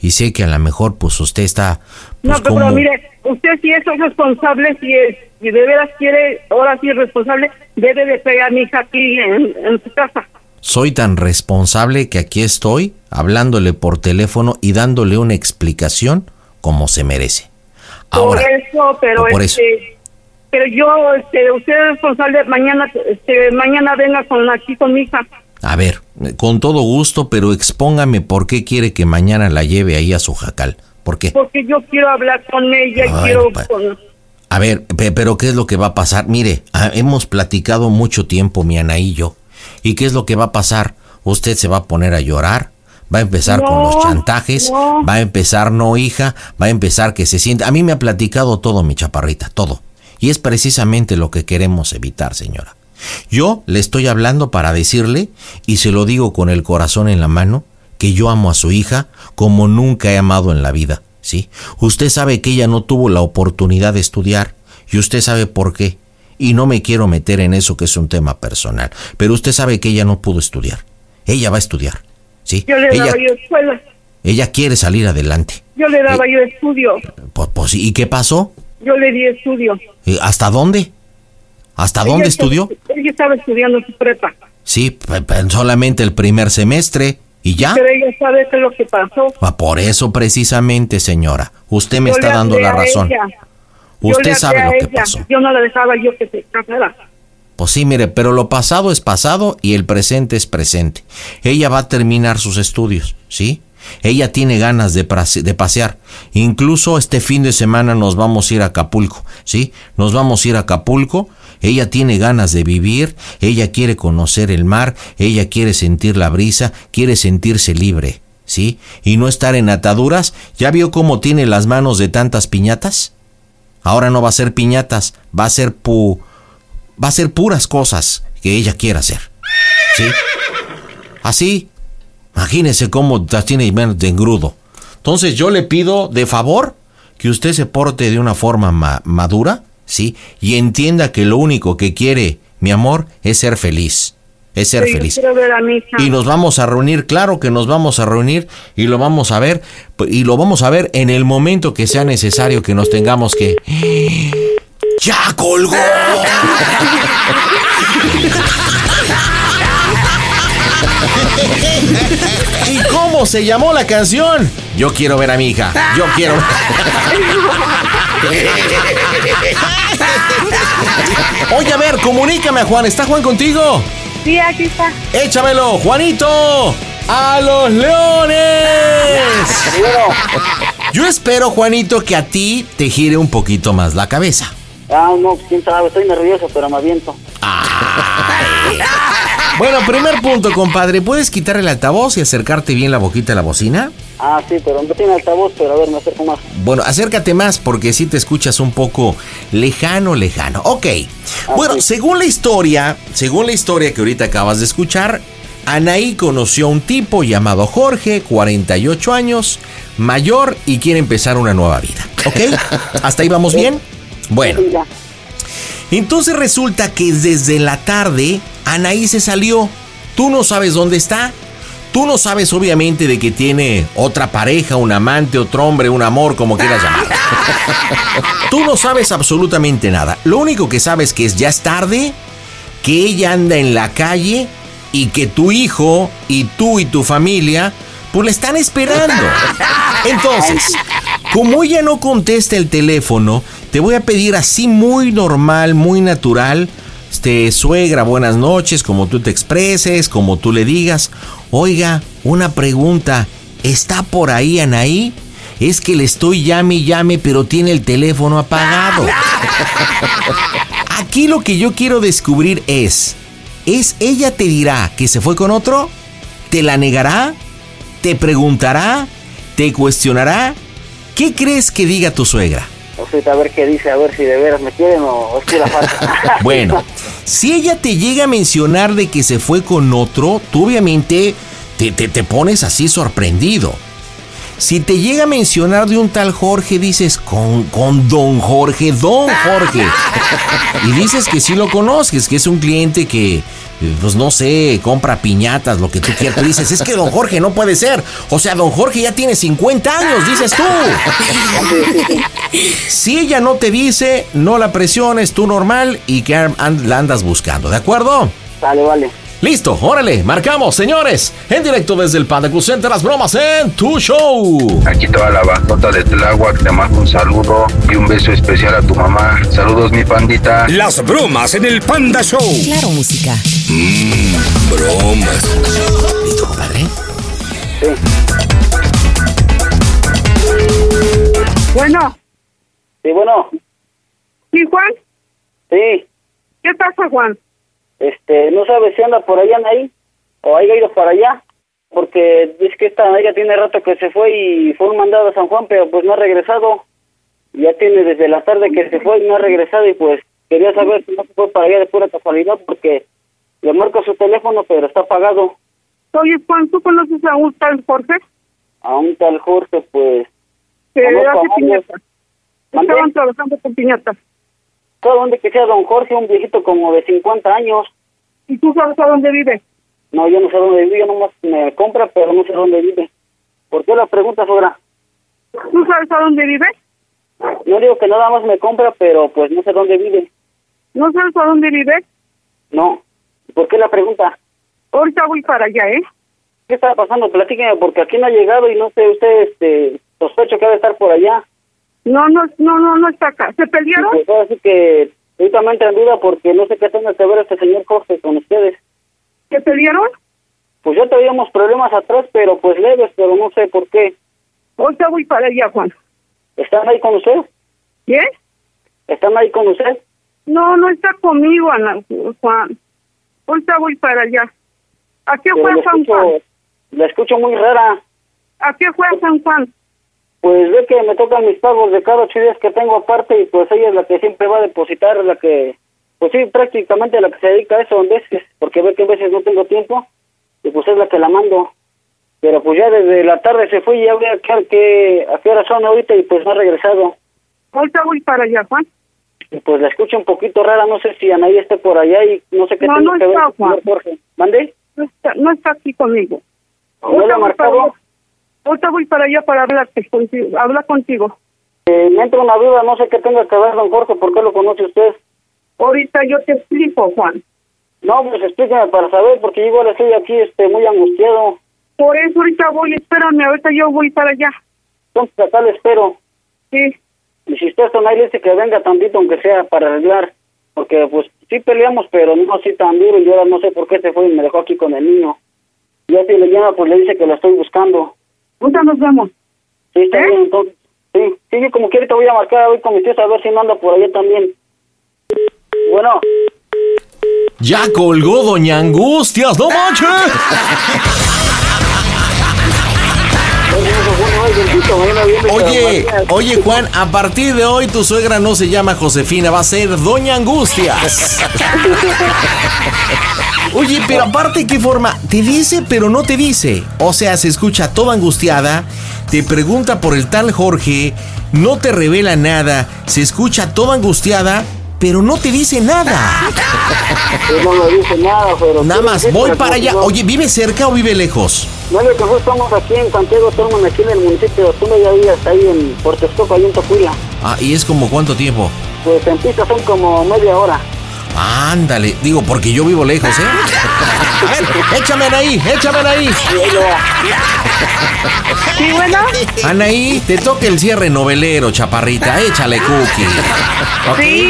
Y sé que a lo mejor, pues usted está. No, Pues, pero como- mire, usted si es responsable, si es, si de veras quiere, ahora sí es responsable, debe de pegar a mi hija aquí en, en su casa. Soy tan responsable que aquí estoy hablándole por teléfono y dándole una explicación como se merece. Ahora, por eso, pero por este, pero yo, este, usted es responsable, mañana, este, mañana venga con aquí con mi hija. a ver, con todo gusto, pero expóngame por qué quiere que mañana la lleve ahí a su jacal. ¿Por qué? Porque yo quiero hablar con ella, Ay, quiero pa- con- A ver, pe- pero ¿qué es lo que va a pasar? Mire, ah, hemos platicado mucho tiempo, mi Ana y yo. ¿Y qué es lo que va a pasar? Usted se va a poner a llorar, va a empezar con los No, chantajes, no. va a empezar no hija, va a empezar que se siente... A mí me ha platicado todo, mi chaparrita, todo. Y es precisamente lo que queremos evitar, señora. Yo le estoy hablando para decirle, y se lo digo con el corazón en la mano, que yo amo a su hija como nunca he amado en la vida, ¿sí? Usted sabe que ella no tuvo la oportunidad de estudiar y usted sabe por qué. Y no me quiero meter en eso que es un tema personal, pero usted sabe que ella no pudo estudiar. Ella va a estudiar, ¿sí? Yo le daba ella, yo escuela, ella quiere salir adelante. yo le daba Eh, yo estudio, Pues, pues, ¿Y qué pasó? yo le di estudio. ¿Y ¿Hasta dónde? ¿Hasta dónde Ella- estudió? Ella estaba estudiando su prepa, Sí, pe- pe- solamente el primer semestre y ya. pero ella sabe qué es lo que pasó. Ah, Por eso precisamente, señora, usted me Yo está le dando hablé la a razón. ella, yo le Usted hablé sabe a lo que ella, pasó. Yo no la dejaba yo que se casara. Pues sí, mire, pero lo pasado es pasado y el presente es presente. Ella va a terminar sus estudios, ¿sí? Ella tiene ganas de, prase- de pasear. Incluso este fin de semana nos vamos a ir a Acapulco, ¿sí? Nos vamos a ir a Acapulco. Ella tiene ganas de vivir, ella quiere conocer el mar, ella quiere sentir la brisa, quiere sentirse libre, ¿sí? Y no estar en ataduras. ¿Ya vio cómo tiene las manos de tantas piñatas? Ahora no va a ser piñatas, va a ser pu va a ser puras cosas que ella quiera hacer. ¿Sí? Así, imagínese cómo las tiene menos de engrudo. Entonces yo le pido de favor que usted se porte de una forma ma- madura, ¿sí? Y entienda que lo único que quiere, mi amor, es ser feliz. Es ser Pero yo feliz. quiero ver a mi hija. Y nos vamos a reunir, claro que nos vamos a reunir y lo vamos a ver p- y lo vamos a ver en el momento que sea necesario que nos tengamos que ¡Ya colgó! 아, ¿Y cómo se llamó la canción? Yo quiero ver a mi hija. Yo quiero. Oye, a ver, comunícame a Juan. ¿Está Juan contigo? Sí, aquí está. Échamelo, Juanito. A los leones. Yo espero, Juanito, que a ti te gire un poquito más la cabeza. Ah, no, pues, quién sabe, estoy nervioso, pero me aviento. Bueno, primer punto, compadre. ¿Puedes quitar el altavoz y acercarte bien la boquita a la bocina? Ah, sí, pero no tiene altavoz, pero a ver, me acerco más. Bueno, acércate más porque si te escuchas un poco lejano, lejano. Ok. Ah, Bueno, según la historia, según la historia que ahorita acabas de escuchar, Anaí conoció a un tipo llamado Jorge, 48 años, mayor y quiere empezar una nueva vida. ¿Ok? ¿Hasta ahí vamos bien? Bueno. Entonces resulta que desde la tarde Anaí se salió. Tú no sabes dónde está. Tú no sabes obviamente de que tiene otra pareja, un amante, otro hombre, un amor, como quieras llamarlo. Tú no sabes absolutamente nada. Lo único que sabes que es ya es tarde, que ella anda en la calle y que tu hijo y tú y tu familia pues la están esperando. Entonces, como ella no contesta el teléfono, te voy a pedir así muy normal, muy natural, este, suegra, buenas noches, como tú te expreses, como tú le digas. Oiga, una pregunta, ¿está por ahí Anaí? Es que le estoy llame y llame, pero tiene el teléfono apagado. Aquí lo que yo quiero descubrir es, ¿es ella te dirá que se fue con otro? ¿Te la negará? ¿Te preguntará? ¿Te cuestionará? ¿Qué crees que diga tu suegra? O sea, a ver qué dice, a ver si de veras me quieren o es pura falta. Bueno, si ella te llega a mencionar de que se fue con otro, tú obviamente te, te- te pones así sorprendido. Si te llega a mencionar de un tal Jorge, dices, con, con don Jorge, don Jorge. Y dices que sí lo conoces, que es un cliente que, eh, pues no sé, compra piñatas, lo que tú quieras. Tú dices, es que don Jorge no puede ser. O sea, don Jorge ya tiene 50 años, dices tú. Si ella no te dice, no la presiones, tú normal y que an- la andas buscando, ¿de acuerdo? Vale, vale. Listo, órale, marcamos, señores. En directo desde el Panda Cruz Center, las bromas en tu show. Aquí toda la bandota de Tláhuac te mando un saludo y un beso especial a tu mamá. Saludos, mi pandita. Las bromas en el Panda Show. Claro, música. bromas. ¿Listo, compadre? Bueno, Sí, bueno, ¿sí, Juan? sí, ¿Qué pasa, Juan? este, no sabes si anda por allá Anaí o haya ido para allá, porque es que esta Anaí ya tiene rato que se fue y fue un mandado a San Juan, pero pues no ha regresado. Ya tiene desde la tarde que se fue y no ha regresado y pues quería saber si no se fue para allá de pura casualidad porque le marco su teléfono pero está apagado. Oye, Juan, ¿tú conoces a un tal Jorge? A un tal Jorge, pues. Que conozco hace a varios. piñatas. Estaban trabajando con piñatas. ¿Sabe dónde que sea don Jorge? Un viejito como de 50 años. ¿Y tú sabes a dónde vive? No, yo no sé dónde vive, yo nomás me compra, pero no sé dónde vive. ¿Por qué la pregunta, ahora? ¿Tú sabes a dónde vive? Yo digo que nada más me compra, pero pues no sé dónde vive. ¿No sabes a dónde vive? No. ¿Por qué la pregunta? Ahorita voy para allá, ¿eh? ¿Qué está pasando? Platíqueme, porque aquí no ha llegado y no sé, usted este, sospecho que va a estar por allá. No, no, no, no, no está acá. ¿Se pelearon? Pues ahora sí que ahorita me entra en duda porque no sé qué tenga que ver este señor Jorge con ustedes. ¿Se pelearon? Pues ya traíamos problemas atrás, pero pues leves, pero no sé por qué. Ahorita voy para allá, Juan. ¿Están ahí con usted? ¿Bien? ¿Están ahí con usted? No, no está conmigo, Ana, Juan. Ahorita voy para allá. ¿A qué Pero fue la San Juan? escucho, la escucho muy rara. ¿A qué fue San Juan? Pues ve que me tocan mis pagos de cada ocho días que tengo aparte y pues ella es la que siempre va a depositar, la que, pues sí, prácticamente la que se dedica a eso en veces, porque ve que en veces no tengo tiempo y pues es la que la mando. Pero pues ya desde la tarde se fue y ya ve a qué, a qué- a qué hora son ahorita y pues no ha regresado. Ahorita voy para allá, Juan. Y pues la escucho un poquito rara, no sé si Anaí esté por allá y no sé qué No, tenga no que ver está, con el señor Juan. Jorge. ¿Mande? No está, no está aquí conmigo. ¿No le ha voy para marcado? allá. Ahorita voy para allá para hablarte contigo. Habla contigo. Eh, me entra una duda, no sé qué tenga que ver don Jorge, ¿por qué lo conoce usted? Ahorita yo te explico, Juan. No, pues explíqueme para saber, porque yo igual estoy aquí este, muy angustiado. Por eso ahorita voy, espérame, ahorita yo voy para allá. Entonces acá le espero. Sí. Y si usted está ahí, le dice que venga tantito, aunque sea para arreglar. Porque pues sí peleamos, pero no así tan duro. Y ahora no sé por qué se fue y me dejó aquí con el niño. Y así le llama, pues le dice que lo estoy buscando. Ahorita nos vemos. Sí, está ¿Eh? bien, entonces. Sí, sí, yo como quiera te voy a marcar hoy con mis tíos a ver si no anda por allá también. Bueno, Ya colgó Doña Angustias, no manches. Oye, oye Juan, a partir de hoy tu suegra no se llama Josefina, va a ser Doña Angustias. Oye, pero aparte, ¿qué forma? Te dice, pero no te dice. O sea, se escucha toda angustiada, te pregunta por el tal Jorge, no te revela nada, se escucha toda angustiada, pero no te dice nada. él no me dice nada, pero... Nada más, voy para allá. Oye, ¿vive cerca o vive lejos? Bueno, que nosotros estamos aquí en Santiago Tormon, aquí en el municipio. Tú me ya vivías ahí en Puerto Escoco, ahí en Tocuila. Ah, ¿y es como cuánto tiempo? Pues en pista son como media hora. Ándale, digo, porque yo vivo lejos, ¿eh? A ver, échame Anaí, échame Anaí. ¿Sí, bueno? Anaí, te toca el cierre novelero, chaparrita, échale cookie.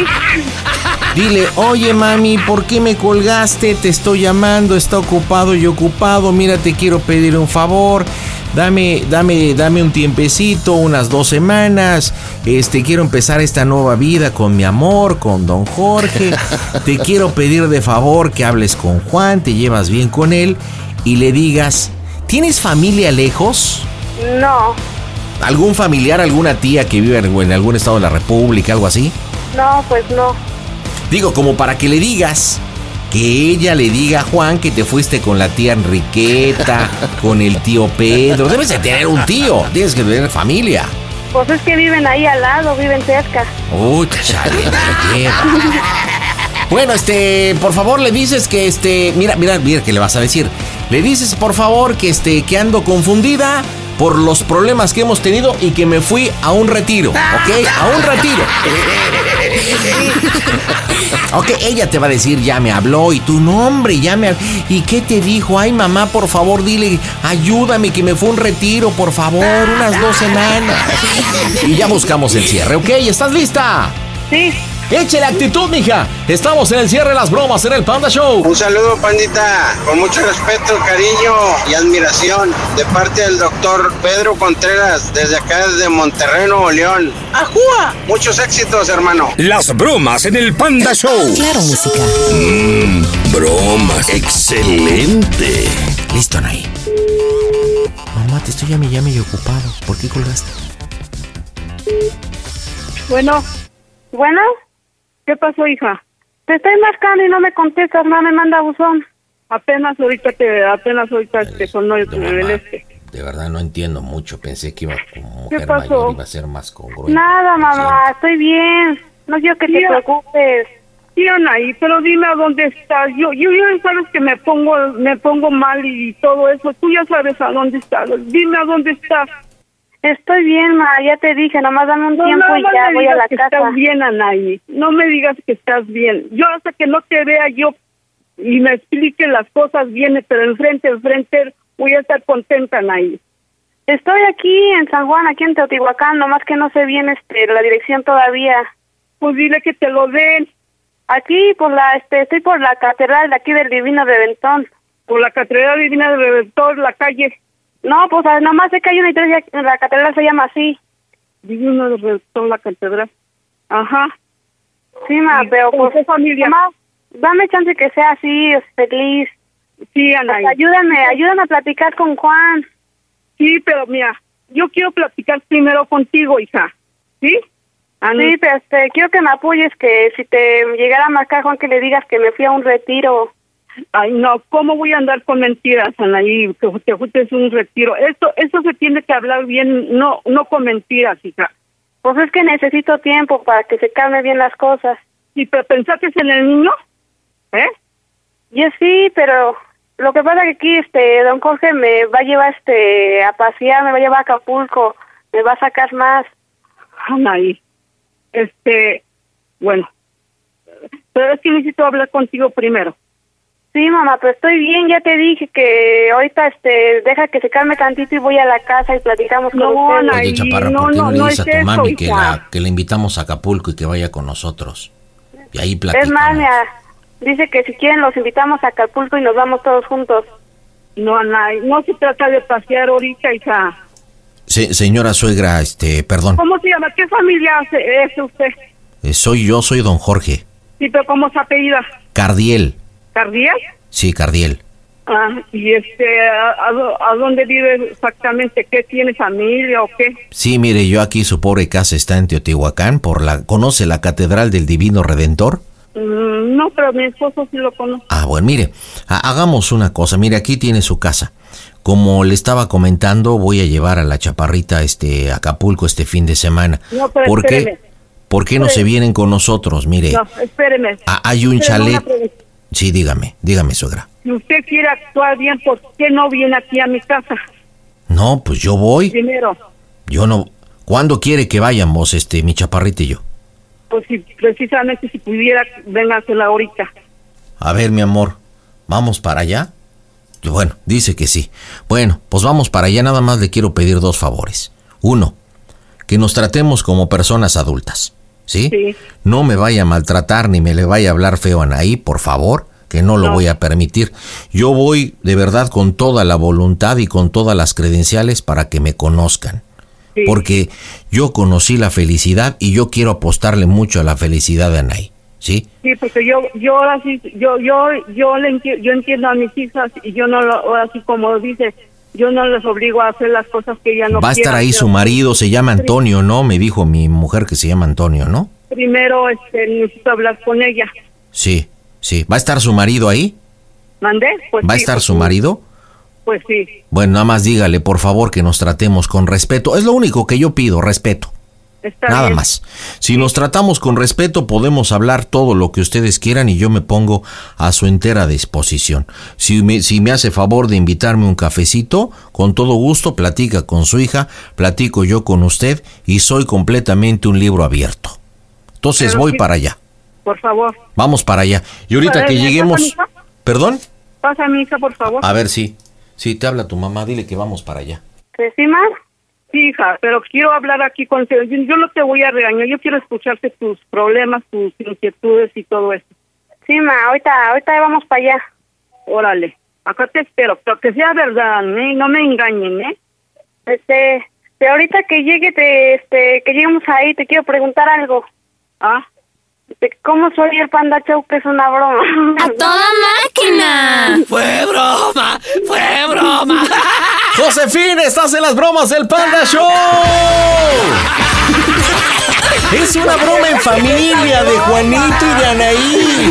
¿ok? Dile, oye mami, ¿por qué me colgaste? Te estoy llamando, está ocupado y ocupado. Mira, te quiero pedir un favor. Dame, dame, dame un tiempecito, unas dos semanas. Este, quiero empezar esta nueva vida con mi amor, con don Jorge. Te quiero pedir de favor que hables con Juan, te llevas bien con él y le digas, ¿tienes familia lejos? No, ¿Algún familiar, alguna tía que vive en en algún estado de la República, algo así? no, pues no. Digo, como para que le digas. Que ella le diga a Juan que te fuiste con la tía Enriqueta, con el tío Pedro. Debes de tener un tío, tienes que tener familia. Pues es que viven ahí al lado, viven cerca. Uy, chale, no lleva. Bueno, este, por favor le dices que este, mira, mira, mira que le vas a decir. Le dices, por favor, que este, que ando confundida por los problemas que hemos tenido y que me fui a un retiro, ¿ok? A un retiro. Ok, ella te va a decir, ya me habló, y tu nombre, ya me hab- ¿Y qué te dijo? Ay, mamá, por favor, dile, ayúdame, que me fue un retiro, por favor, unas dos semanas. Y ya buscamos el cierre, ¿ok? ¿Estás lista? Sí. Échale actitud, mija. Estamos en el cierre de las bromas en el Panda Show. Un saludo, pandita, con mucho respeto, cariño y admiración de parte del doctor Pedro Contreras, desde acá, desde Monterrey, Nuevo León. ¡Ajúa! Muchos éxitos, hermano. Las bromas en el Panda Show. Mm, Claro, música. Mmm, bromas. Excelente. Listo, Nay. Mamá, te estoy llame, llame y ocupado. ¿Por qué colgaste? Bueno, Bueno, ¿qué pasó, hija? te estoy marcando y no me contestas, no me manda buzón. Apenas ahorita que, apenas ahorita Eh, que sonó el, el este. De verdad no entiendo mucho. Pensé que iba como ¿Qué mujer pasó? mayor iba a ser más congruente. Nada, mamá, estoy bien. No quiero que te preocupes. Diana, ahí, pero dime a dónde estás. Yo, yo ya sabes que me pongo, me pongo mal y todo eso. Tú ya sabes a dónde estás. Dime a dónde estás. Estoy bien, ma, ya te dije, nomás dame un No, tiempo nada y más ya me voy a digas la que casa. Estás bien, Anaí. No me digas que estás bien. Yo hasta que no te vea yo y me explique las cosas bien, pero enfrente, enfrente, voy a estar contenta, Anaí. Estoy aquí en San Juan, aquí en Teotihuacán, nomás que no sé bien este, la dirección todavía. Pues dile que te lo den. Aquí por la, este, estoy por la catedral de aquí del Divino Reventón. Por la catedral Divina de Reventón, la calle. No, pues ah, nomás sé que hay una iglesia, la catedral se llama así. Divino de Reventón, la catedral. Ajá. Sí, ma, pero pues familia. dame chance que sea así, feliz. Sí, Ana. Pues, ayúdame, ayúdame a platicar con Juan. Sí, pero mira, yo quiero platicar primero contigo, hija. ¿Sí? Ana. Sí, pero este, quiero que me apoyes, que si te llegara a marcar Juan, que le digas que me fui a un retiro. Ay, no, ¿cómo voy a andar con mentiras, Anaí? Que te es un retiro. Esto esto se tiene que hablar bien, no no con mentiras, hija. Pues es que necesito tiempo para que se calmen bien las cosas. Sí, pero pensaste en el niño, ¿eh? Yo sí, pero lo que pasa que aquí, este, don Jorge me va a llevar, este, a pasear, me va a llevar a Acapulco, me va a sacar más. Anaí, este, bueno, pero es que necesito hablar contigo primero. Sí, mamá, pero estoy bien, ya te dije que ahorita, este, deja que se calme tantito y voy a la casa y platicamos con No, usted. Anaí, Oye, Chaparra, no, ¿por qué no, no, le no dices es a tu eso, mami que hija. la, que la invitamos a Acapulco y que vaya con nosotros? Y ahí Es platicamos. más, mira, dice que si quieren los invitamos a Acapulco y nos vamos todos juntos. No, Anaí, no se trata de pasear ahorita, hija. Se- señora suegra, este, perdón, ¿Cómo se llama? ¿Qué familia hace- es usted? eh, soy yo, soy don Jorge. Sí, pero ¿cómo se apellida? Cardiel, ¿Cardías? sí, Cardiel. Ah, y este, ¿a, a dó- a dónde vive exactamente? ¿Qué tiene familia o qué? Sí, mire, yo aquí su pobre casa está en Teotihuacán, por la, ¿conoce la Catedral del Divino Redentor? Mm, no, pero mi esposo sí lo conoce. Ah, bueno, mire, ha- hagamos una cosa. Mire, aquí tiene su casa. Como le estaba comentando, voy a llevar a la chaparrita este a Acapulco este fin de semana. No, pero ¿Por espéreme. qué? ¿Por qué no Pues, se vienen con nosotros? Mire, No, espéreme. a- Ah, hay un Espéreme una chalet. pregunta. Sí, dígame, dígame, suegra. Si usted quiere actuar bien, ¿por qué no viene aquí a mi casa? No, pues yo voy. Primero, Yo no. ¿Cuándo quiere que vayamos, este, mi chaparrita y yo? pues si precisamente si pudiera, véngasela ahorita. A ver, mi amor, ¿vamos para allá? Bueno, dice que sí. Bueno, pues vamos para allá. Nada más le quiero pedir dos favores. Uno, que nos tratemos como personas adultas. ¿Sí? No me vaya a maltratar ni me le vaya a hablar feo a Anaí, por favor, que no lo voy a permitir. Yo voy de verdad con toda la voluntad y con todas las credenciales para que me conozcan. Sí. Porque yo conocí la felicidad y yo quiero apostarle mucho a la felicidad de Anaí. ¿Sí? Sí, porque yo, yo ahora sí, yo, yo, yo, le enti- yo entiendo a mis hijas y yo no, lo, ahora sí como dice, yo no les obligo a hacer las cosas que ellas no Va a estar quieran, ahí pero su marido, se llama Antonio, ¿no? Me dijo mi mujer que se llama Antonio, ¿no? Primero, este, necesito hablar con ella. Sí, sí. ¿Va a estar su marido ahí? ¿Mandé? Pues ¿Va a sí, estar pues su sí, marido? Pues sí, Bueno, nada más dígale, por favor, que nos tratemos con respeto. Es lo único que yo pido, respeto. está nada bien. más. Si nos tratamos con respeto, podemos hablar todo lo que ustedes quieran y yo me pongo a su entera disposición. Si me, si me hace favor de invitarme un cafecito, con todo gusto, platica con su hija, platico yo con usted y soy completamente un libro abierto. Entonces Pero voy sí. para allá. Por favor, Vamos para allá. Y ahorita Para que allá, lleguemos... pasa, mija. ¿Perdón? pasa mi hija, por favor. A ver, sí. Sí, te habla tu mamá, dile que vamos para allá. ¿Te sí, más? Sí, hija, pero quiero hablar aquí con Yo yo no te voy a regañar, yo quiero escucharte tus problemas, tus inquietudes y todo eso. Sí, ma, ahorita, ahorita vamos para allá. Órale, acá te espero, pero que sea verdad, ¿eh? No me engañen, ¿eh? Este, pero ahorita que llegue, te, este, que lleguemos ahí, te quiero preguntar algo. Ah. Este, ¿Cómo soy el panda show? Que es una broma. ¡A toda máquina! ¡Fue broma! ¡Fue broma! Josefina, estás en las bromas del Panda Show. Es una broma en familia de Juanito y de Anaí.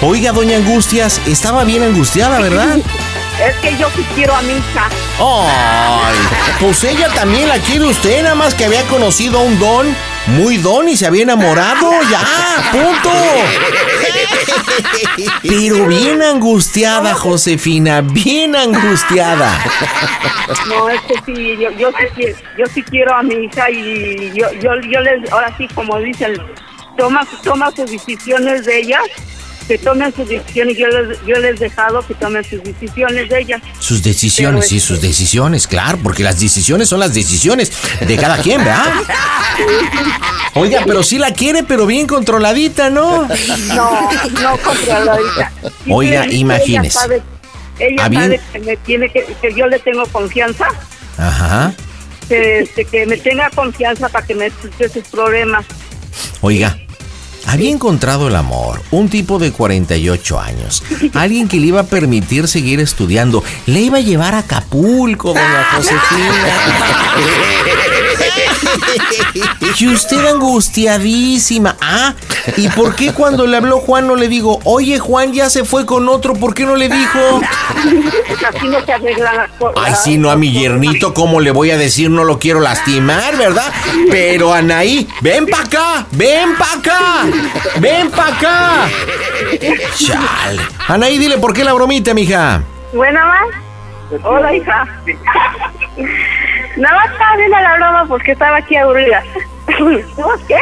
Oiga, doña Angustias, estaba bien angustiada, ¿verdad? Es que yo sí quiero a mi hija. Ay, pues ella también la quiere usted, nada más que había conocido a un don, muy don y se había enamorado, ya, punto. Pero bien angustiada, Josefina, bien angustiada. No, es que sí, yo, yo, sí, qui- yo sí quiero a mi hija y yo, yo, yo les, ahora sí, como dicen, toma, toma sus decisiones de ellas, que tomen sus decisiones, yo les, yo les he dejado que tomen sus decisiones de ellas. Sus decisiones, sí, sus decisiones, claro, porque las decisiones son las decisiones de cada quien, ¿verdad? Oiga, pero sí la quiere, pero bien controladita, ¿no? No, no controladita. Sí, Oiga, pero ella imagínese. sabe- Ella Había- sabe que, me tiene que, que yo le tengo confianza, Ajá. que, este, que me tenga confianza para que me escuche sus problemas. Oiga, había encontrado el amor, un tipo de 48 años, alguien que le iba a permitir seguir estudiando, le iba a llevar a Acapulco, doña Josefina. Y usted angustiadísima. Ah, ¿y por qué cuando le habló Juan no le digo, oye Juan ya se fue con otro, ¿por qué no le dijo? Así no se arreglan las cosas. Ay, sí, no a mi yernito, ¿cómo le voy a decir? No lo quiero lastimar, ¿verdad? Pero Anaí, ven pa' acá, ven pa' acá, ven pa' acá. Chale. Anaí, dile por qué la bromita, mija. Bueno, más. Pues Hola, hija. Nada más estaba viendo la broma porque estaba aquí aburrida. ¿Vos qué?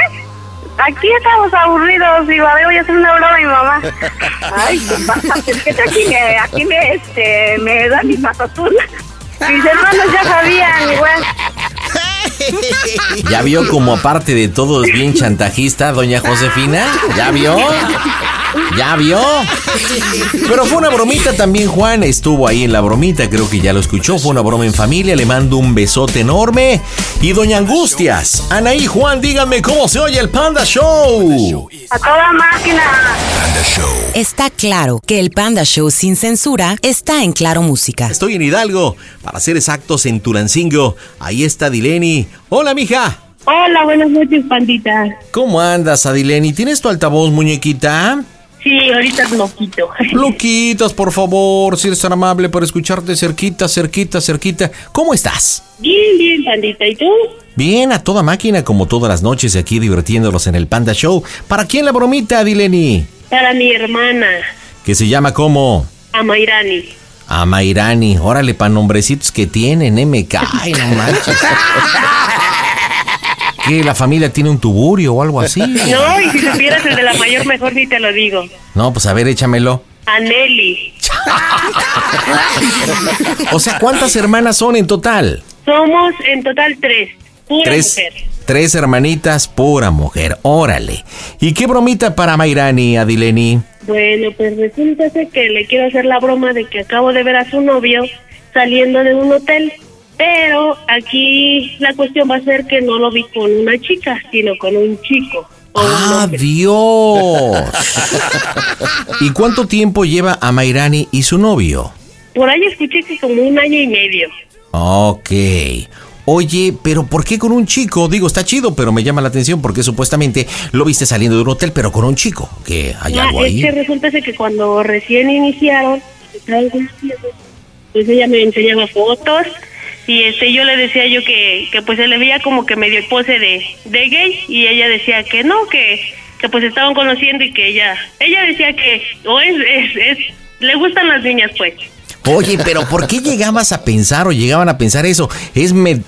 Aquí estamos aburridos. Digo, a ver, voy a hacer una broma a mi mamá. Ay, qué pasa, es que aquí me, aquí me, este, me da mi patatún. Mis hermanos ya sabían, igual. ¿Ya vio como aparte de todo es bien chantajista, doña Josefina? ¿Ya vio? ¿Ya vio? Pero fue una bromita también, Juan. Estuvo ahí en la bromita, creo que ya lo escuchó. Fue una broma en familia. Le mando un besote enorme. Y doña Angustias, Anaí, Juan, díganme cómo se oye el Panda Show. A toda máquina. Está claro que el Panda Show sin censura está en Claro Música. Estoy en Hidalgo, para ser exactos, en Tulancingo. Ahí está Dileni. Hola, mija. Hola, buenas noches, pandita. ¿Cómo andas, Adileni? ¿Tienes tu altavoz, muñequita? Sí, ahorita lo quito. Loquitas, por favor, si eres tan amable para escucharte cerquita, cerquita, cerquita. ¿Cómo estás? Bien, bien, pandita. ¿Y tú? Bien, a toda máquina, como todas las noches aquí divirtiéndonos en el Panda Show. ¿Para quién la bromita, Dileni? Para mi hermana, Que se llama como Amairani. Amairani. Órale, pa' nombrecitos que tienen, ¿eh? Me cae, no manches. ¿Qué? ¿La familia tiene un tuburio o algo así? No, y si supieras el de la mayor, mejor ni te lo digo. No, pues a ver, échamelo. Aneli. O sea, ¿cuántas hermanas son en total? Somos en total tres. Pura Tres. mujer. Tres hermanitas, pura mujer, órale. ¿Y qué bromita para Mairani, Adileni? Bueno, pues resulta ser que le quiero hacer la broma de que acabo de ver a su novio saliendo de un hotel. Pero aquí la cuestión va a ser que no lo vi con una chica, sino con un chico. ¡Ah, Dios! ¿Y cuánto tiempo lleva a Mairani y su novio? Por ahí escuché que como un año y medio. Ok. Oye, pero ¿por qué con un chico? Digo, está chido, pero me llama la atención porque supuestamente lo viste saliendo de un hotel, pero con un chico. ¿Qué? ¿Hay Ah, algo es que ahí? resulta ser que cuando recién iniciaron, pues ella me enseñaba fotos y este yo le decía yo que, que pues se le veía como que medio pose de, de gay y ella decía que no, que, que pues estaban conociendo y que ella, ella decía que o es, es, es- le gustan las niñas pues. Oye, pero ¿por qué llegabas a pensar o llegaban a pensar eso? ¿Es me-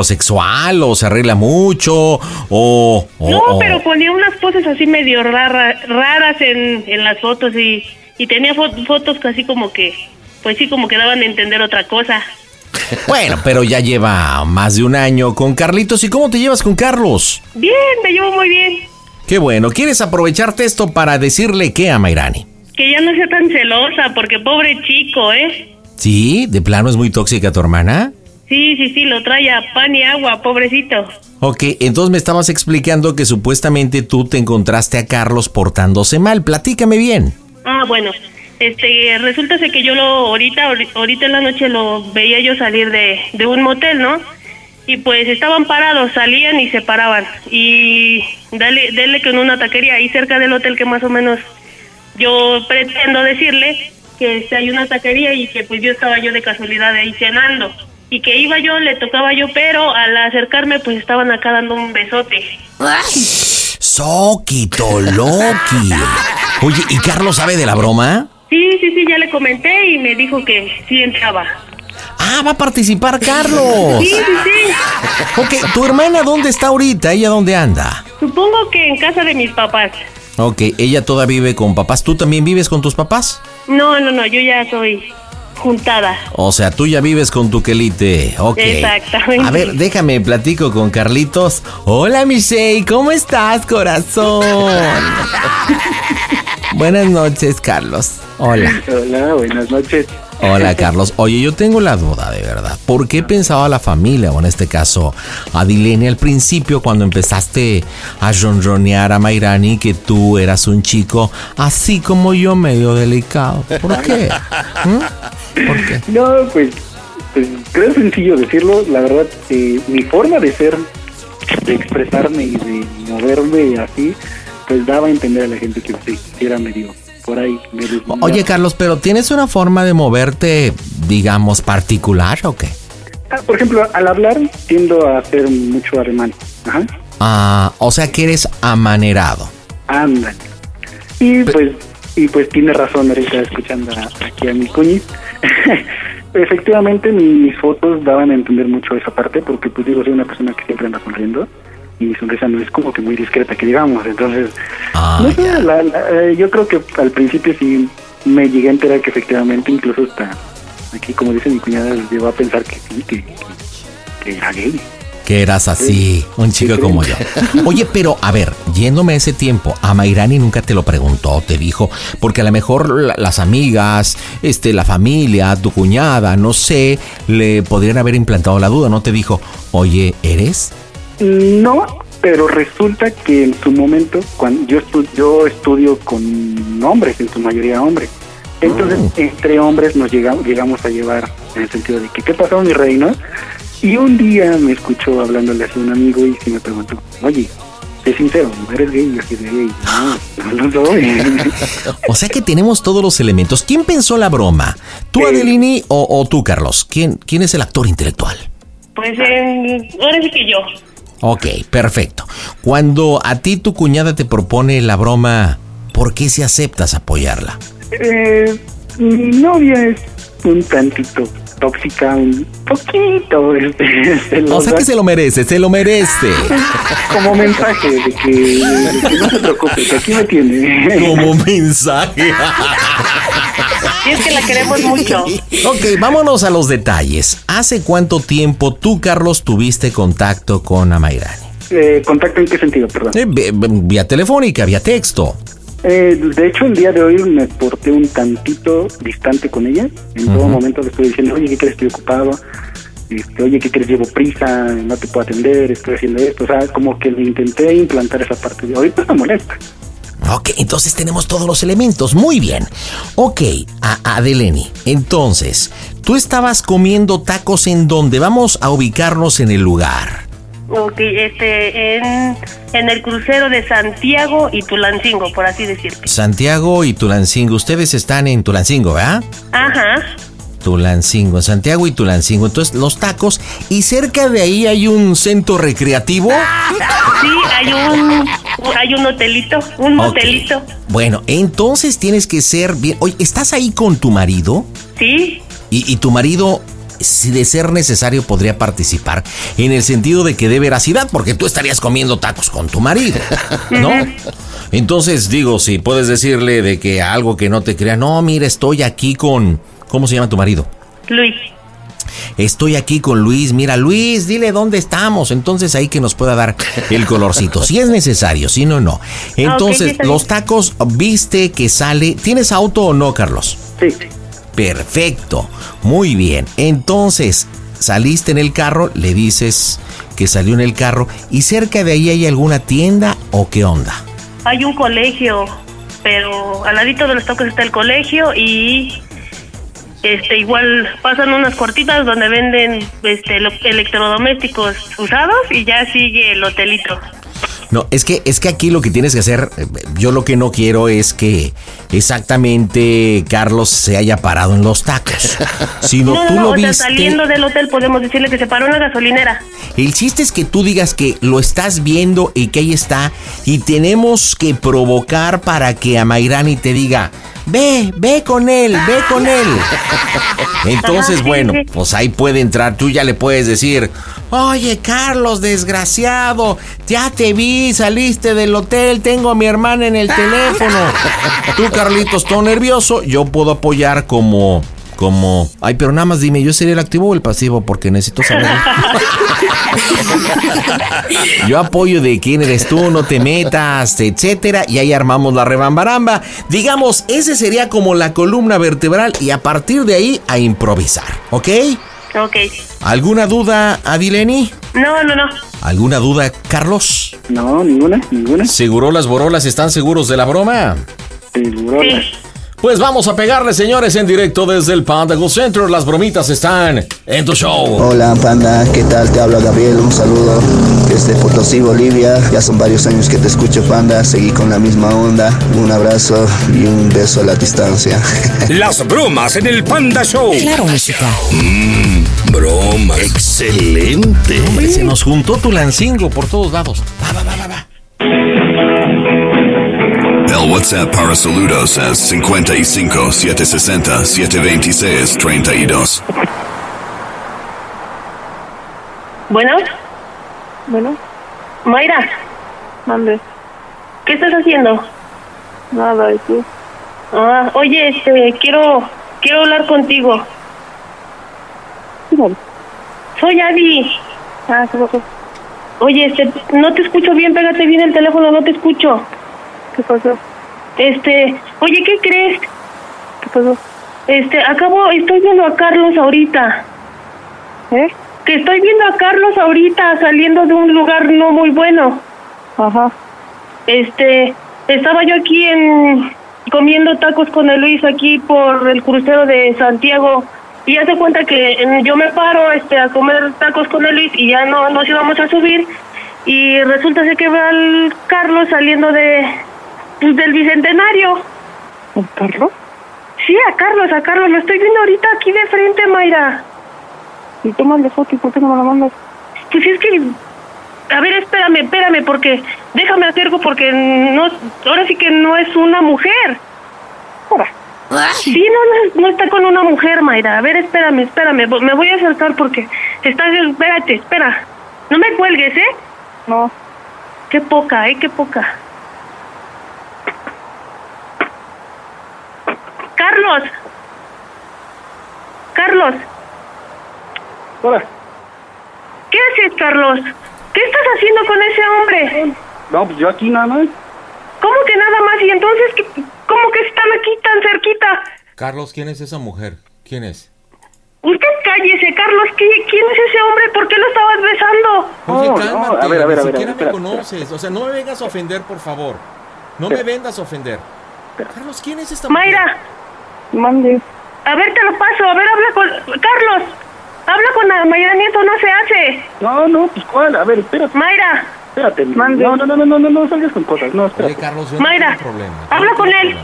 metrosexual o se arregla mucho o... o- no, o- pero ponía unas poses así medio rara- raras en, en las fotos y, y tenía fo- fotos así como que, pues sí, como que daban a entender otra cosa. Bueno, pero ya lleva más de un año con Carlitos. ¿Y cómo te llevas con Carlos? Bien, me llevo muy bien. Qué bueno, ¿quieres aprovecharte esto para decirle qué a Mairani? Que ya no sea tan celosa, porque pobre chico, ¿eh? ¿Sí? ¿De plano es muy tóxica tu hermana? Sí, sí, sí, lo trae a pan y agua, pobrecito. Ok, entonces me estabas explicando que supuestamente tú te encontraste a Carlos portándose mal. Platícame bien. Ah, bueno, este, resulta ser que yo lo, ahorita, ahori- ahorita en la noche lo veía yo salir de, de un motel, ¿no? y pues estaban parados, salían y se paraban. Y dale, dele que en una taquería ahí cerca del hotel que más o menos yo pretendo decirle que este, hay una taquería y que pues yo estaba yo de casualidad ahí cenando y que iba yo, le tocaba yo, pero al acercarme pues estaban acá dando un besote. Soquito Loki. Oye, ¿y Carlos sabe de la broma? Sí, sí, sí, ya le comenté y me dijo que sí entraba. Ah, va a participar Carlos. Sí, sí, sí. Ok, ¿tu hermana dónde está ahorita? ¿Ella dónde anda? Supongo que en casa de mis papás. Ok, ella toda vive con papás. ¿Tú también vives con tus papás? No, no, no, yo ya soy juntada. O sea, tú ya vives con tu quelite. Ok. Exactamente. A ver, déjame platico con Carlitos. Hola, Michelle, ¿cómo estás, corazón? Buenas noches, Carlos. Hola. Hola, buenas noches. Hola Carlos, oye yo tengo la duda de verdad, ¿por qué pensaba la familia o en este caso a Dilene al principio cuando empezaste a ronronear a Mairani que tú eras un chico así como yo medio delicado? ¿Por qué? ¿Mm? ¿Por qué? No, pues, pues creo sencillo decirlo, la verdad, eh, mi forma de ser, de expresarme y de moverme así, pues daba a entender a la gente que sí, que era medio por ahí. medio- Oye Carlos, pero ¿tienes una forma de moverte digamos particular o qué? Ah, por ejemplo, al hablar tiendo a hacer mucho arremán. Ajá. Ah, o sea que eres amanerado. Ándale. Y pues, y pues tiene razón ahorita escuchando a- aquí a mi cuñi. Efectivamente, mi- mis fotos daban a entender mucho esa parte, porque pues digo, soy una persona que siempre anda sonriendo y mi sonrisa no es como que muy discreta, que digamos. Entonces, no sé, la- la- eh, yo creo que al principio sí me llegué a enterar que efectivamente, incluso hasta aquí, como dice mi cuñada, llegó a pensar que sí, que, que, que era gay. Que eras así, un chico como yo. Oye, pero a ver, yéndome a ese tiempo, a Mairani nunca te lo preguntó, te dijo, porque a lo mejor la- las amigas, este, la familia, tu cuñada, no sé, le podrían haber implantado la duda, ¿no? Te dijo, oye, ¿eres? No, pero resulta que en su momento, cuando yo, estu- yo estudio con hombres, en su mayoría hombres. Entonces, Ah. entre hombres nos llegamos, llegamos a llevar en el sentido de que, ¿qué pasó, mi rey, no? Y un día me escuchó hablándole a un amigo y sí me preguntó, oye, sé sincero, ¿eres gay? Y yo así de gay. No, no lo soy. O sea que tenemos todos los elementos. ¿Quién pensó la broma? ¿Tú, Adelini, o, o tú, Carlos? ¿Quién, ¿Quién es el actor intelectual? Pues eh, ahora sí que yo. Ok, perfecto. Cuando a ti tu cuñada te propone la broma, ¿por qué si aceptas apoyarla? Eh, mi novia es un tantito tóxica, un poquito. Este, O sea que se lo merece, se lo merece. como mensaje de que, de que no se preocupe, que aquí me tiene. Como 예. mensaje. Y es que la queremos mucho. Ok, vámonos a los detalles. ¿Hace cuánto tiempo tú, Carlos, tuviste contacto con Amairani? Eh, ¿Contacto en qué sentido, perdón? Eh, ve- ve- vía telefónica, vía texto. Eh, de hecho, el día de hoy me porté un tantito distante con ella. En todo Ujú. momento le estoy diciendo, oye, ¿qué crees? Estoy ocupado. Este, oye, ¿qué crees? Llevo prisa, no te puedo atender, estoy haciendo esto. O sea, como que le intenté implantar esa parte. de, Ahorita está molesta. Ok, entonces tenemos todos los elementos. Muy bien. Ok, a Adeleni. Entonces, tú estabas comiendo tacos en donde vamos a ubicarnos en el lugar. Ok, este, en, en el crucero de Santiago y Tulancingo, por así decirlo. Santiago y Tulancingo. Ustedes están en Tulancingo, ¿verdad? Ajá. Tulancingo, en Santiago y Tulancingo. Entonces, los tacos. Y cerca de ahí hay un centro recreativo. Ah. Sí, hay un, hay un hotelito, un Ok. motelito. Bueno, entonces tienes que ser bien. Oye, ¿estás ahí con tu marido? Sí, Y, y tu marido, si de ser necesario, podría participar en el sentido de que dé veracidad, porque tú estarías comiendo tacos con tu marido, ¿no? Ujú. Entonces, digo, si puedes decirle de que algo que no te crea, no, mira, estoy aquí con. ¿Cómo se llama tu marido? Luis. Estoy aquí con Luis. Mira, Luis, dile dónde estamos. Entonces ahí que nos pueda dar el colorcito. si es necesario, si no, no. Ah, ok, sí, Entonces, está bien. los tacos, viste que sale. ¿Tienes auto o no, Carlos? Sí. Perfecto. Muy bien. Entonces, saliste en el carro, le dices que salió en el carro. ¿Y cerca de ahí hay alguna tienda o qué onda? hay un colegio, pero al ladito de los toques está el colegio y Este, igual pasan unas cortitas donde venden este, lo- electrodomésticos usados y ya sigue el hotelito. No, es que, es que aquí lo que tienes que hacer, eh, yo lo que no quiero es que exactamente Carlos se haya parado en los tacos. Sino no, tú no, lo o sea, viste. saliendo del hotel podemos decirle que se paró en la gasolinera. El chiste es que tú digas que lo estás viendo y que ahí está. Y tenemos que provocar para que a Mayrani te diga, ve, ve con él, ve con él. Ajá, Entonces, sí, bueno, sí. pues ahí puede entrar. Tú ya le puedes decir, oye, Carlos, desgraciado, ya te vi, saliste del hotel, tengo a mi hermana en el teléfono. Tú, Carlitos, todo nervioso, yo puedo apoyar como... Como, ay, pero nada más dime, ¿yo sería el activo o el pasivo? Porque necesito saber. Yo apoyo de quién eres tú, no te metas, etcétera, y ahí armamos la rebambaramba. Digamos, ese sería como la columna vertebral y a partir de ahí a improvisar, ¿ok? Ok. ¿Alguna duda, Adileni? No, no, no. ¿Alguna duda, Carlos? No, ninguna, ninguna. ¿Seguro las borolas están seguros de la broma? Pues vamos a pegarle, señores, en directo desde el Panda Go Center. Las bromitas están en tu show. Hola panda, ¿qué tal? Te habla Gabriel, un saludo desde Potosí, Bolivia. Ya son varios años que te escucho panda, seguí con la misma onda. Un abrazo y un beso a la distancia. Las bromas en el Panda Show. Mm, Claro, música. broma. Excelente. se nos juntó tu lancingo por todos lados. El WhatsApp para saludos es 55 760 726 32. Bueno, Bueno, Mayra, mande. ¿qué estás haciendo? Nada, ¿y tú? Ah, oye, este, quiero, quiero hablar contigo. Soy Adi. Ah, ¿qué pasó? Oye, este, no te escucho bien, pégate bien el teléfono, no te escucho. ¿Qué pasó? Este, oye, ¿qué crees? ¿Qué pasó? Este, acabo, estoy viendo a Carlos ahorita. ¿Eh? Que estoy viendo a Carlos ahorita saliendo de un lugar no muy bueno. Ajá. Este, estaba yo aquí en comiendo tacos con el Luis aquí por el crucero de Santiago y hace cuenta que eh, yo me paro este a comer tacos con el Luis y ya no nos íbamos a subir y resulta ser que veo al Carlos saliendo de pues, del bicentenario. ¿Un Carlos? Sí, a Carlos, a Carlos, lo estoy viendo ahorita aquí de frente, Mayra. Y tómale foto, ¿y por qué no me la mandas? Pues es que a ver, espérame, espérame porque déjame acerco porque no ahora sí que no es una mujer. Sí, no, no, no está con una mujer, Mayra. A ver, espérame, espérame. vo- Me voy a acercar porque estás. Espérate, espera. No me cuelgues, ¿eh? No. Qué poca, ¿eh? Qué poca. Carlos. Carlos. Hola. ¿Qué haces, Carlos? ¿Qué estás haciendo con ese hombre? No, pues yo aquí nada más. ¿Cómo que nada más? ¿Y entonces qué- cómo que están aquí tan cerquita? Carlos, ¿quién es esa mujer? ¿Quién es? Usted cállese, Carlos. ¿Qui- ¿Quién es ese hombre? ¿Por qué lo estabas besando? Oh, No, no, a ver, a ver, a ver, espera, conoces. O sea, no me vengas a ofender, por favor. No me vendas a ofender. Carlos, ¿quién es esta Mayra, Mande. a ver, te lo paso. A ver, habla con... Carlos, habla con la Mayra Nieto, no se hace. No, no, pues cuál, a ver, espérate. Mayra, Espérate, no, no, no, no, no, no, no salgas con cosas, no, espérate. Carlos, Mayra, habla con él.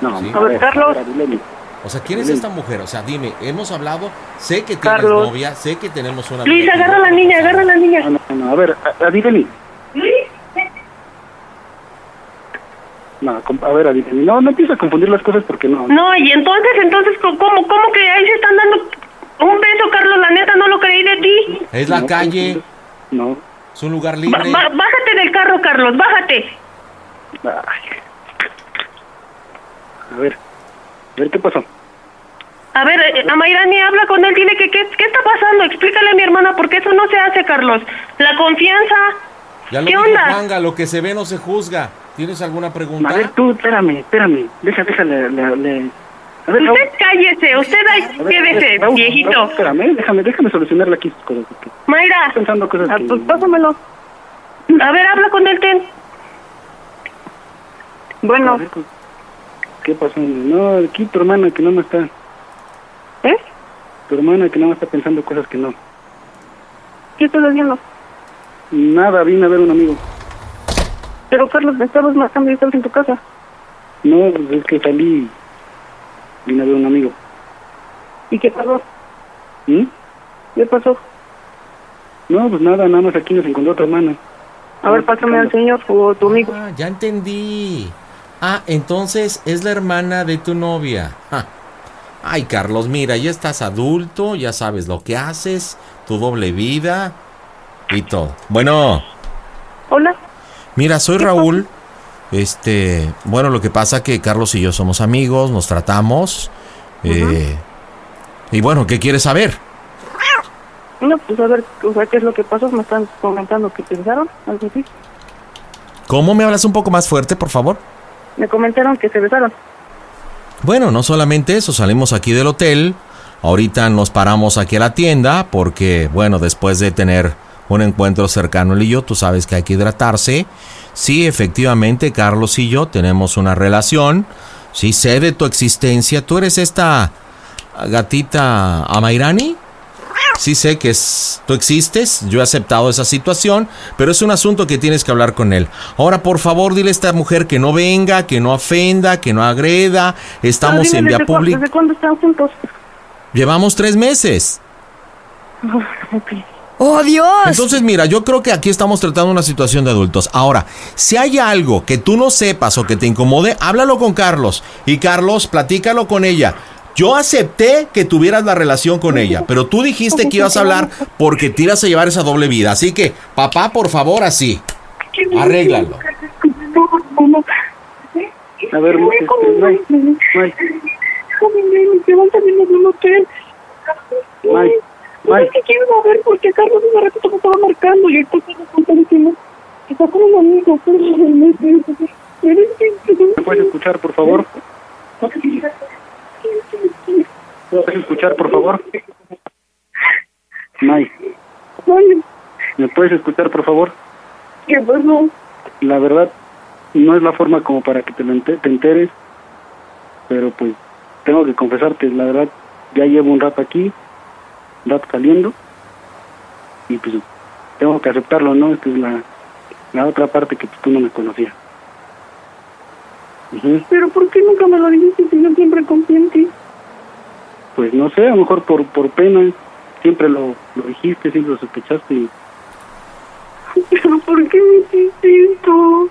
No, Sí. a ver, Carlos. O sea, ¿quién es esta mujer? O sea, dime, hemos hablado, sé que tienes Carlos. novia, sé que tenemos una... Luis, agarra a la niña, agarra a la niña. No, no, a ver, a- Adileni. No, com- a ver, Adileni. No, no empieces a confundir las cosas porque no. No, y entonces, entonces, ¿cómo, cómo que ahí se están dando un beso, Carlos? La neta, no lo creí de ti. Es la calle. No. Es un lugar Ba- libre. ba- bájate del carro, Carlos, bájate. Ay. A ver, a ver qué pasó. A ver, eh, Amairani, habla con él, dile que qué, qué está pasando, explícale a mi hermana porque eso no se hace, Carlos. La confianza, Ya lo ¿Qué dijo onda? Juanga, lo que se ve no se juzga. ¿Tienes alguna pregunta? A Ah. ver, tú, espérame, espérame. Deja, deja, le. le, le- A ver, usted cállese, usted ahí Raúl, a ver, quédese, Raúl, Raúl, viejito. Espérame, déjame, déjame solucionarle aquí sus cosas. porque Mayra, ah, pues, estoy pensando cosas que- pásamelo. a ver, habla con él, ten. Bueno. ¿Qué pasó? No, aquí tu hermana que no me está. ¿Eh? tu hermana que nada más está pensando cosas que no. ¿Qué estás haciendo? Nada, vine a ver a un amigo. Pero Carlos, me estabas marcando y estás en tu casa. No, pues es que salí. y Vine a ver a un amigo. ¿Y qué pasó? ¿Mm? ¿Qué pasó? No, pues nada, nada más aquí nos encontró tu hermana. A ver, pásame al señor o tu amigo. Ah, ya entendí. Ah, entonces es la hermana de tu novia. Ah. Ay, Carlos, mira, ya estás adulto, ya sabes lo que haces, tu doble vida y todo. Bueno, Hola. mira, soy Raúl. Este, bueno, lo que pasa que Carlos y yo somos amigos, nos tratamos. eh, y bueno, ¿qué quieres saber? No, pues a ver, o sea, ¿qué es lo que pasó? Me están comentando que pensaron, algo así. ¿Cómo me hablas un poco más fuerte, por favor? Me comentaron que se besaron. Bueno, no solamente eso, salimos aquí del hotel. Ahorita nos paramos aquí a la tienda porque, bueno, después de tener un encuentro cercano él y yo, tú sabes que hay que hidratarse. Sí, efectivamente, Carlos y yo tenemos una relación. Sí, sé de tu existencia. ¿Tú eres esta gatita Amairani? Sí sé que es- tú existes, yo he aceptado esa situación, pero es un asunto que tienes que hablar con él. Ahora, por favor, dile a esta mujer que no venga, que no ofenda, que no agreda. Pero Estamos dime, en vía ¿desde cu- pública. ¿Desde cuándo están juntos? Llevamos tres meses. ¡Oh, Dios! Entonces, mira, yo creo que aquí estamos tratando una situación de adultos. Ahora, si hay algo que tú no sepas o que te incomode, háblalo con Carlos. Y Carlos, platícalo con ella. Yo acepté que tuvieras la relación con ella, pero tú dijiste que ibas a hablar porque te ibas a llevar esa doble vida. Así que, papá, por favor, así. Arréglalo. A ver, este, Mike, Mike, Mike, Es que quiero saber por qué Carlos hace ratito me estaba marcando y ahorita se me contó que no. Está con un amigo. ¿me puedes escuchar, por favor? ¿Me puedes escuchar, por favor? Mike, ¿me puedes escuchar, por favor? ¿Qué pasó? La verdad, no es la forma como para que te, lo ente- te enteres, pero pues tengo que confesarte, la verdad, ya llevo un rato aquí, un rato saliendo, y pues tengo que aceptarlo, ¿no? Esta es la, la otra parte que pues, tú no me conocías. Ujú. ¿Pero por qué nunca me lo dijiste si yo siempre confié en ti? Pues no sé, a lo mejor por, por pena, siempre lo, lo dijiste, siempre lo sospechaste y ¿Pero por qué me hiciste esto?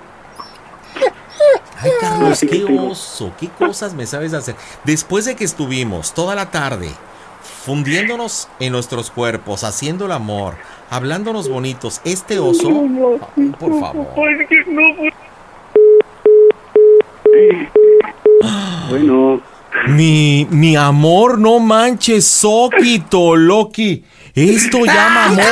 Ay, Carlos, Sí, qué sí, sí. oso, qué cosas me sabes hacer. Después de que estuvimos toda la tarde fundiéndonos en nuestros cuerpos, haciendo el amor, hablándonos bonitos, este oso, por favor. Pues que no, pues. Mm, bueno. Mi, mi amor, no manches, Soquito, Loki. Esto llama amor.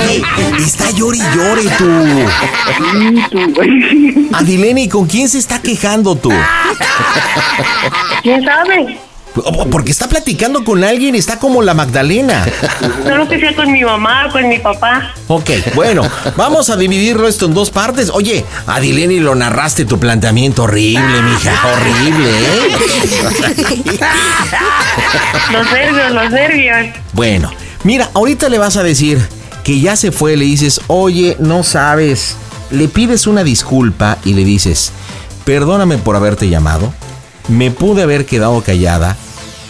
Oye, está llore y llore tú. Adilene, ¿con quién se está quejando tú? ¿Quién sabe? Porque está platicando con alguien, está como la Magdalena. Solo que sea con mi mamá o con mi papá. Ok, bueno, vamos a dividirlo esto en dos partes. Oye, Adilene, lo narraste tu planteamiento horrible, mija, horrible, ¿eh? Los nervios, los nervios. Bueno, mira, ahorita le vas a decir que ya se fue, le dices, oye, no sabes. Le pides una disculpa y le dices, perdóname por haberte llamado. Me pude haber quedado callada,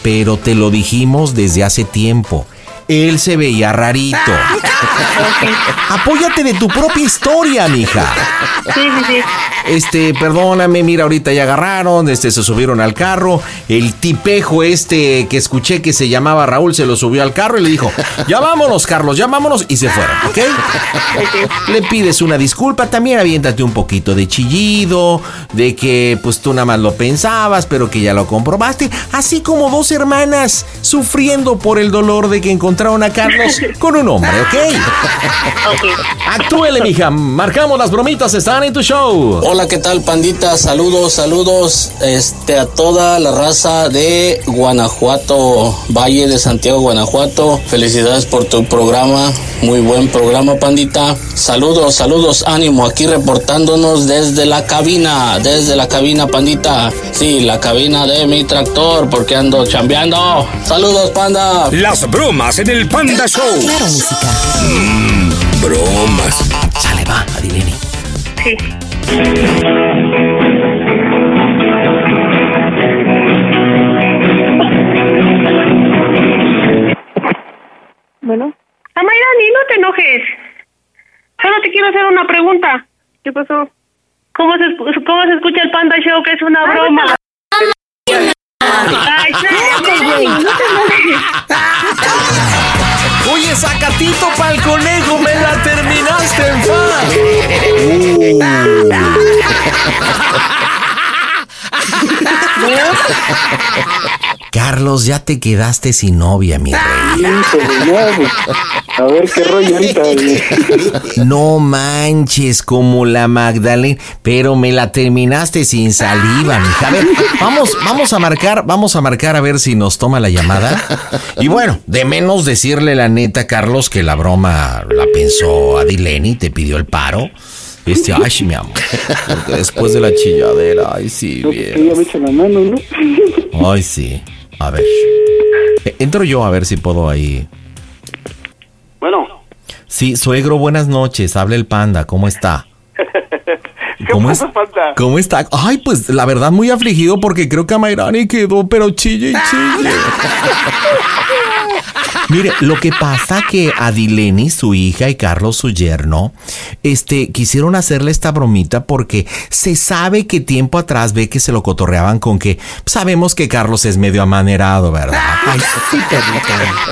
pero te lo dijimos desde hace tiempo. Él se veía rarito. Apóyate de tu propia historia, mija. Sí, sí, sí. Este, perdóname, mira, ahorita ya agarraron, este, se subieron al carro. El tipejo este que escuché que se llamaba Raúl se lo subió al carro y le dijo, ya vámonos, Carlos, ya vámonos, y se fueron, ¿ok? Le pides una disculpa, también aviéntate un poquito de chillido, de que pues tú nada más lo pensabas, pero que ya lo comprobaste, así como dos hermanas sufriendo por el dolor de que encontraron encontraron a Carlos con un hombre, ¿ok? Actúele, mija. Marcamos las bromitas, están en tu show. Hola, ¿qué tal, pandita? Saludos, saludos este, a toda la raza de Guanajuato, Valle de Santiago, Guanajuato. Felicidades por tu programa, muy buen programa, pandita. Saludos, saludos, ánimo, aquí reportándonos desde la cabina, desde la cabina, pandita. Sí, la cabina de mi tractor, porque ando chambeando. Saludos, panda. Las bromas en el Panda Show. Claro, música. bromas. Sale, va, Adileni. Sí. Bueno, Amairani, no te enojes. Solo te quiero hacer una pregunta. ¿qué pasó? Ah, ¿Cómo se, escu- cómo se escucha el Panda Show que es una broma? Ay, cállate, güey, no te enojes. Oye, sacatito pa'l conejo, me la terminaste en Carlos, ya te quedaste sin novia, mi rey. A ver qué rollo ahorita. güey. No manches como la Magdalena, pero me la terminaste sin saliva, mija. A ver, vamos, vamos a marcar, vamos a marcar a ver si nos toma la llamada. Y bueno, de menos decirle la neta, Carlos, que la broma la pensó Adileni, te pidió el paro. Este, ay, mi amor. porque Después de la chilladera, ay, sí, bien. Ella me echa la mano, ¿no? Ay, sí. A ver. Eh, Entro yo a ver si puedo ahí. Bueno, Sí, suegro, buenas noches. Habla el panda. ¿Cómo está? ¿Cómo es? panda? ¿Cómo está? Ay, pues la verdad muy afligido porque creo que a Mayrani quedó pero chille y chille. Mire, lo que pasa que Adileni, su hija, y Carlos, su yerno, este, quisieron hacerle esta bromita porque se sabe que tiempo atrás ve que se lo cotorreaban con que pues, sabemos que Carlos es medio amanerado, ¿verdad? Ay, sí, perrito.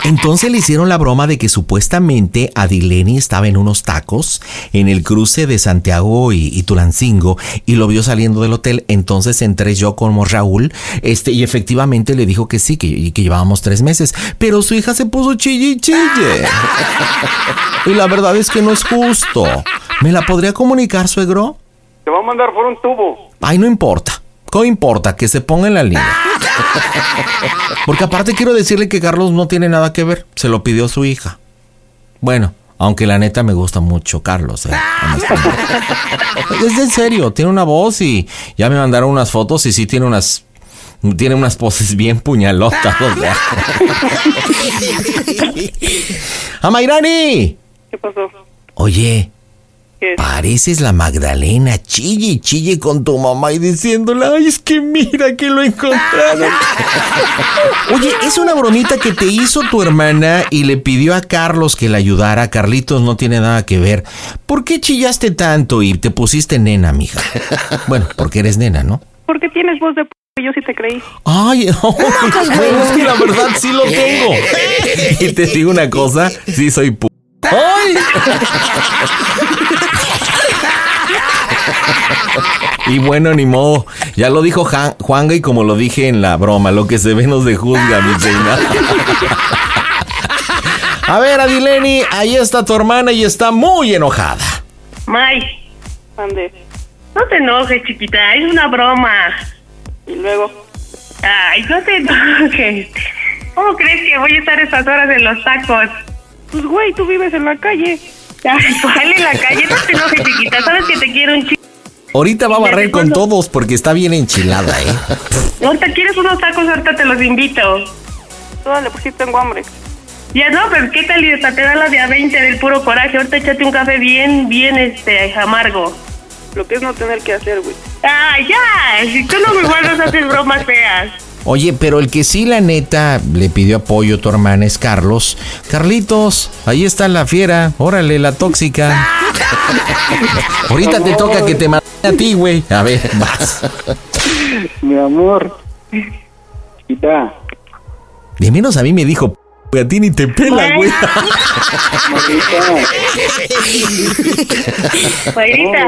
Entonces le hicieron la broma de que supuestamente Adileni estaba en unos tacos en el cruce de Santiago y, y Tulancingo y lo vio saliendo del hotel. Entonces entré yo como Raúl este, y efectivamente le dijo que sí, que, y que llevábamos tres meses. Pero su hija se puso chille y chille. Y la verdad es que no es justo. ¿Me la podría comunicar, suegro? Te va a mandar por un tubo. Ay, no importa. No importa que se ponga en la línea. Porque aparte quiero decirle que Carlos no tiene nada que ver. Se lo pidió su hija. Bueno, aunque la neta me gusta mucho Carlos. ¿eh? honestamente. Es en serio, tiene una voz y ya me mandaron unas fotos y sí tiene unas... Tiene unas poses bien puñalotas. o sea. ¡Amairani! ¿Qué pasó? Oye, ¿Qué? pareces la Magdalena, chille y chille con tu mamá y diciéndole, ay, es que mira que lo encontraron. Oye, es una bromita que te hizo tu hermana y le pidió a Carlos que la ayudara. Carlitos no tiene nada que ver. ¿Por qué chillaste tanto y te pusiste nena, mija? Bueno, porque eres nena, ¿no? ¿Por qué tienes voz de p? Yo sí te creí. Ay, pues, güey. bueno, es que la verdad sí lo tengo. Y te digo una cosa, sí soy pu... ¡Ay! Y bueno, ni modo. Ya lo dijo Jan- Juanga y como lo dije en la broma, lo que se ve nos dejuzga, mi reina. A ver, Adileni, ahí está tu hermana y está muy enojada. May, Ande. no te enojes, chiquita, es una broma. Y luego, Ay, no te enojes. ¿Cómo crees que voy a estar a estas horas en los tacos? pues güey, tú vives en la calle. Ay, ¿cuál en la calle? No te enojes, chiquita, sabes que te quiero un chico. Ahorita va a barrer con todos porque está bien enchilada, ¿eh? Ahorita quieres unos tacos, ahorita te los invito. Órale, pues sí tengo hambre. Ya no, pero ¿qué tal y hasta te da la de a 20 del puro coraje? Ahorita échate un café bien, bien este, amargo. Lo que es no tener que hacer, güey. Ay, ya, si tú no me guardas haces bromas feas. Oye, pero el que sí, la neta, le pidió apoyo a tu hermana es Carlos. Carlitos, ahí está la fiera. Órale, la tóxica. Ahorita te toca que te mate a ti, güey. A ver, vas. Mi amor. Chiquita. De menos a mí me dijo, "P- güey, a ti ni te pela, güey. Güerita.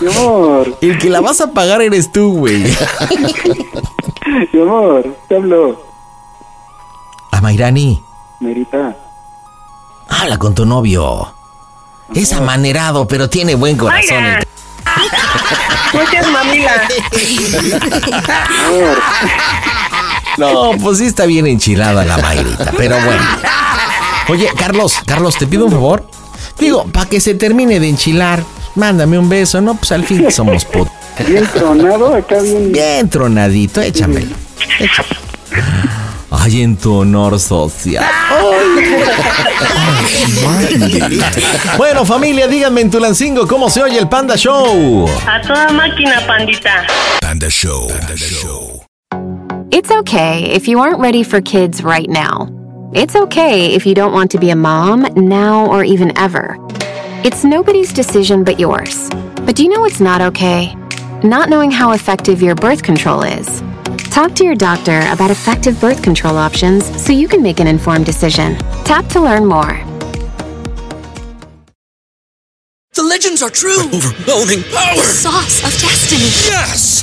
Mi amor. El que la vas a pagar eres tú, güey. Mi amor. Te hablo. A Mairani. Merita. Habla con tu novio. Es amanerado, pero tiene buen corazón. Mayra. Muchas mamilas. No, pues sí está bien enchilada la Mayrita, pero bueno. Oye, Carlos, Carlos, te pido un favor. Digo, para que se termine de enchilar, mándame un beso, ¿no? Pues al fin somos putos. Bien tronado, acá bien. Bien tronadito, échamelo. échamelo. Ay, en tu honor social. 아, 예. bueno, familia, díganme en Tulancingo cómo se oye el Panda Show. A toda máquina, pandita. Panda Show. Panda Show. It's okay if you aren't ready for kids right now. It's okay if you don't want to be a mom now or even ever. It's nobody's decision but yours. But do you know what's not okay? Not knowing how effective your birth control is. Talk to your doctor about effective birth control options so you can make an informed decision. Tap to learn more. The legends are true. overwhelming power! The sauce of destiny. Yes!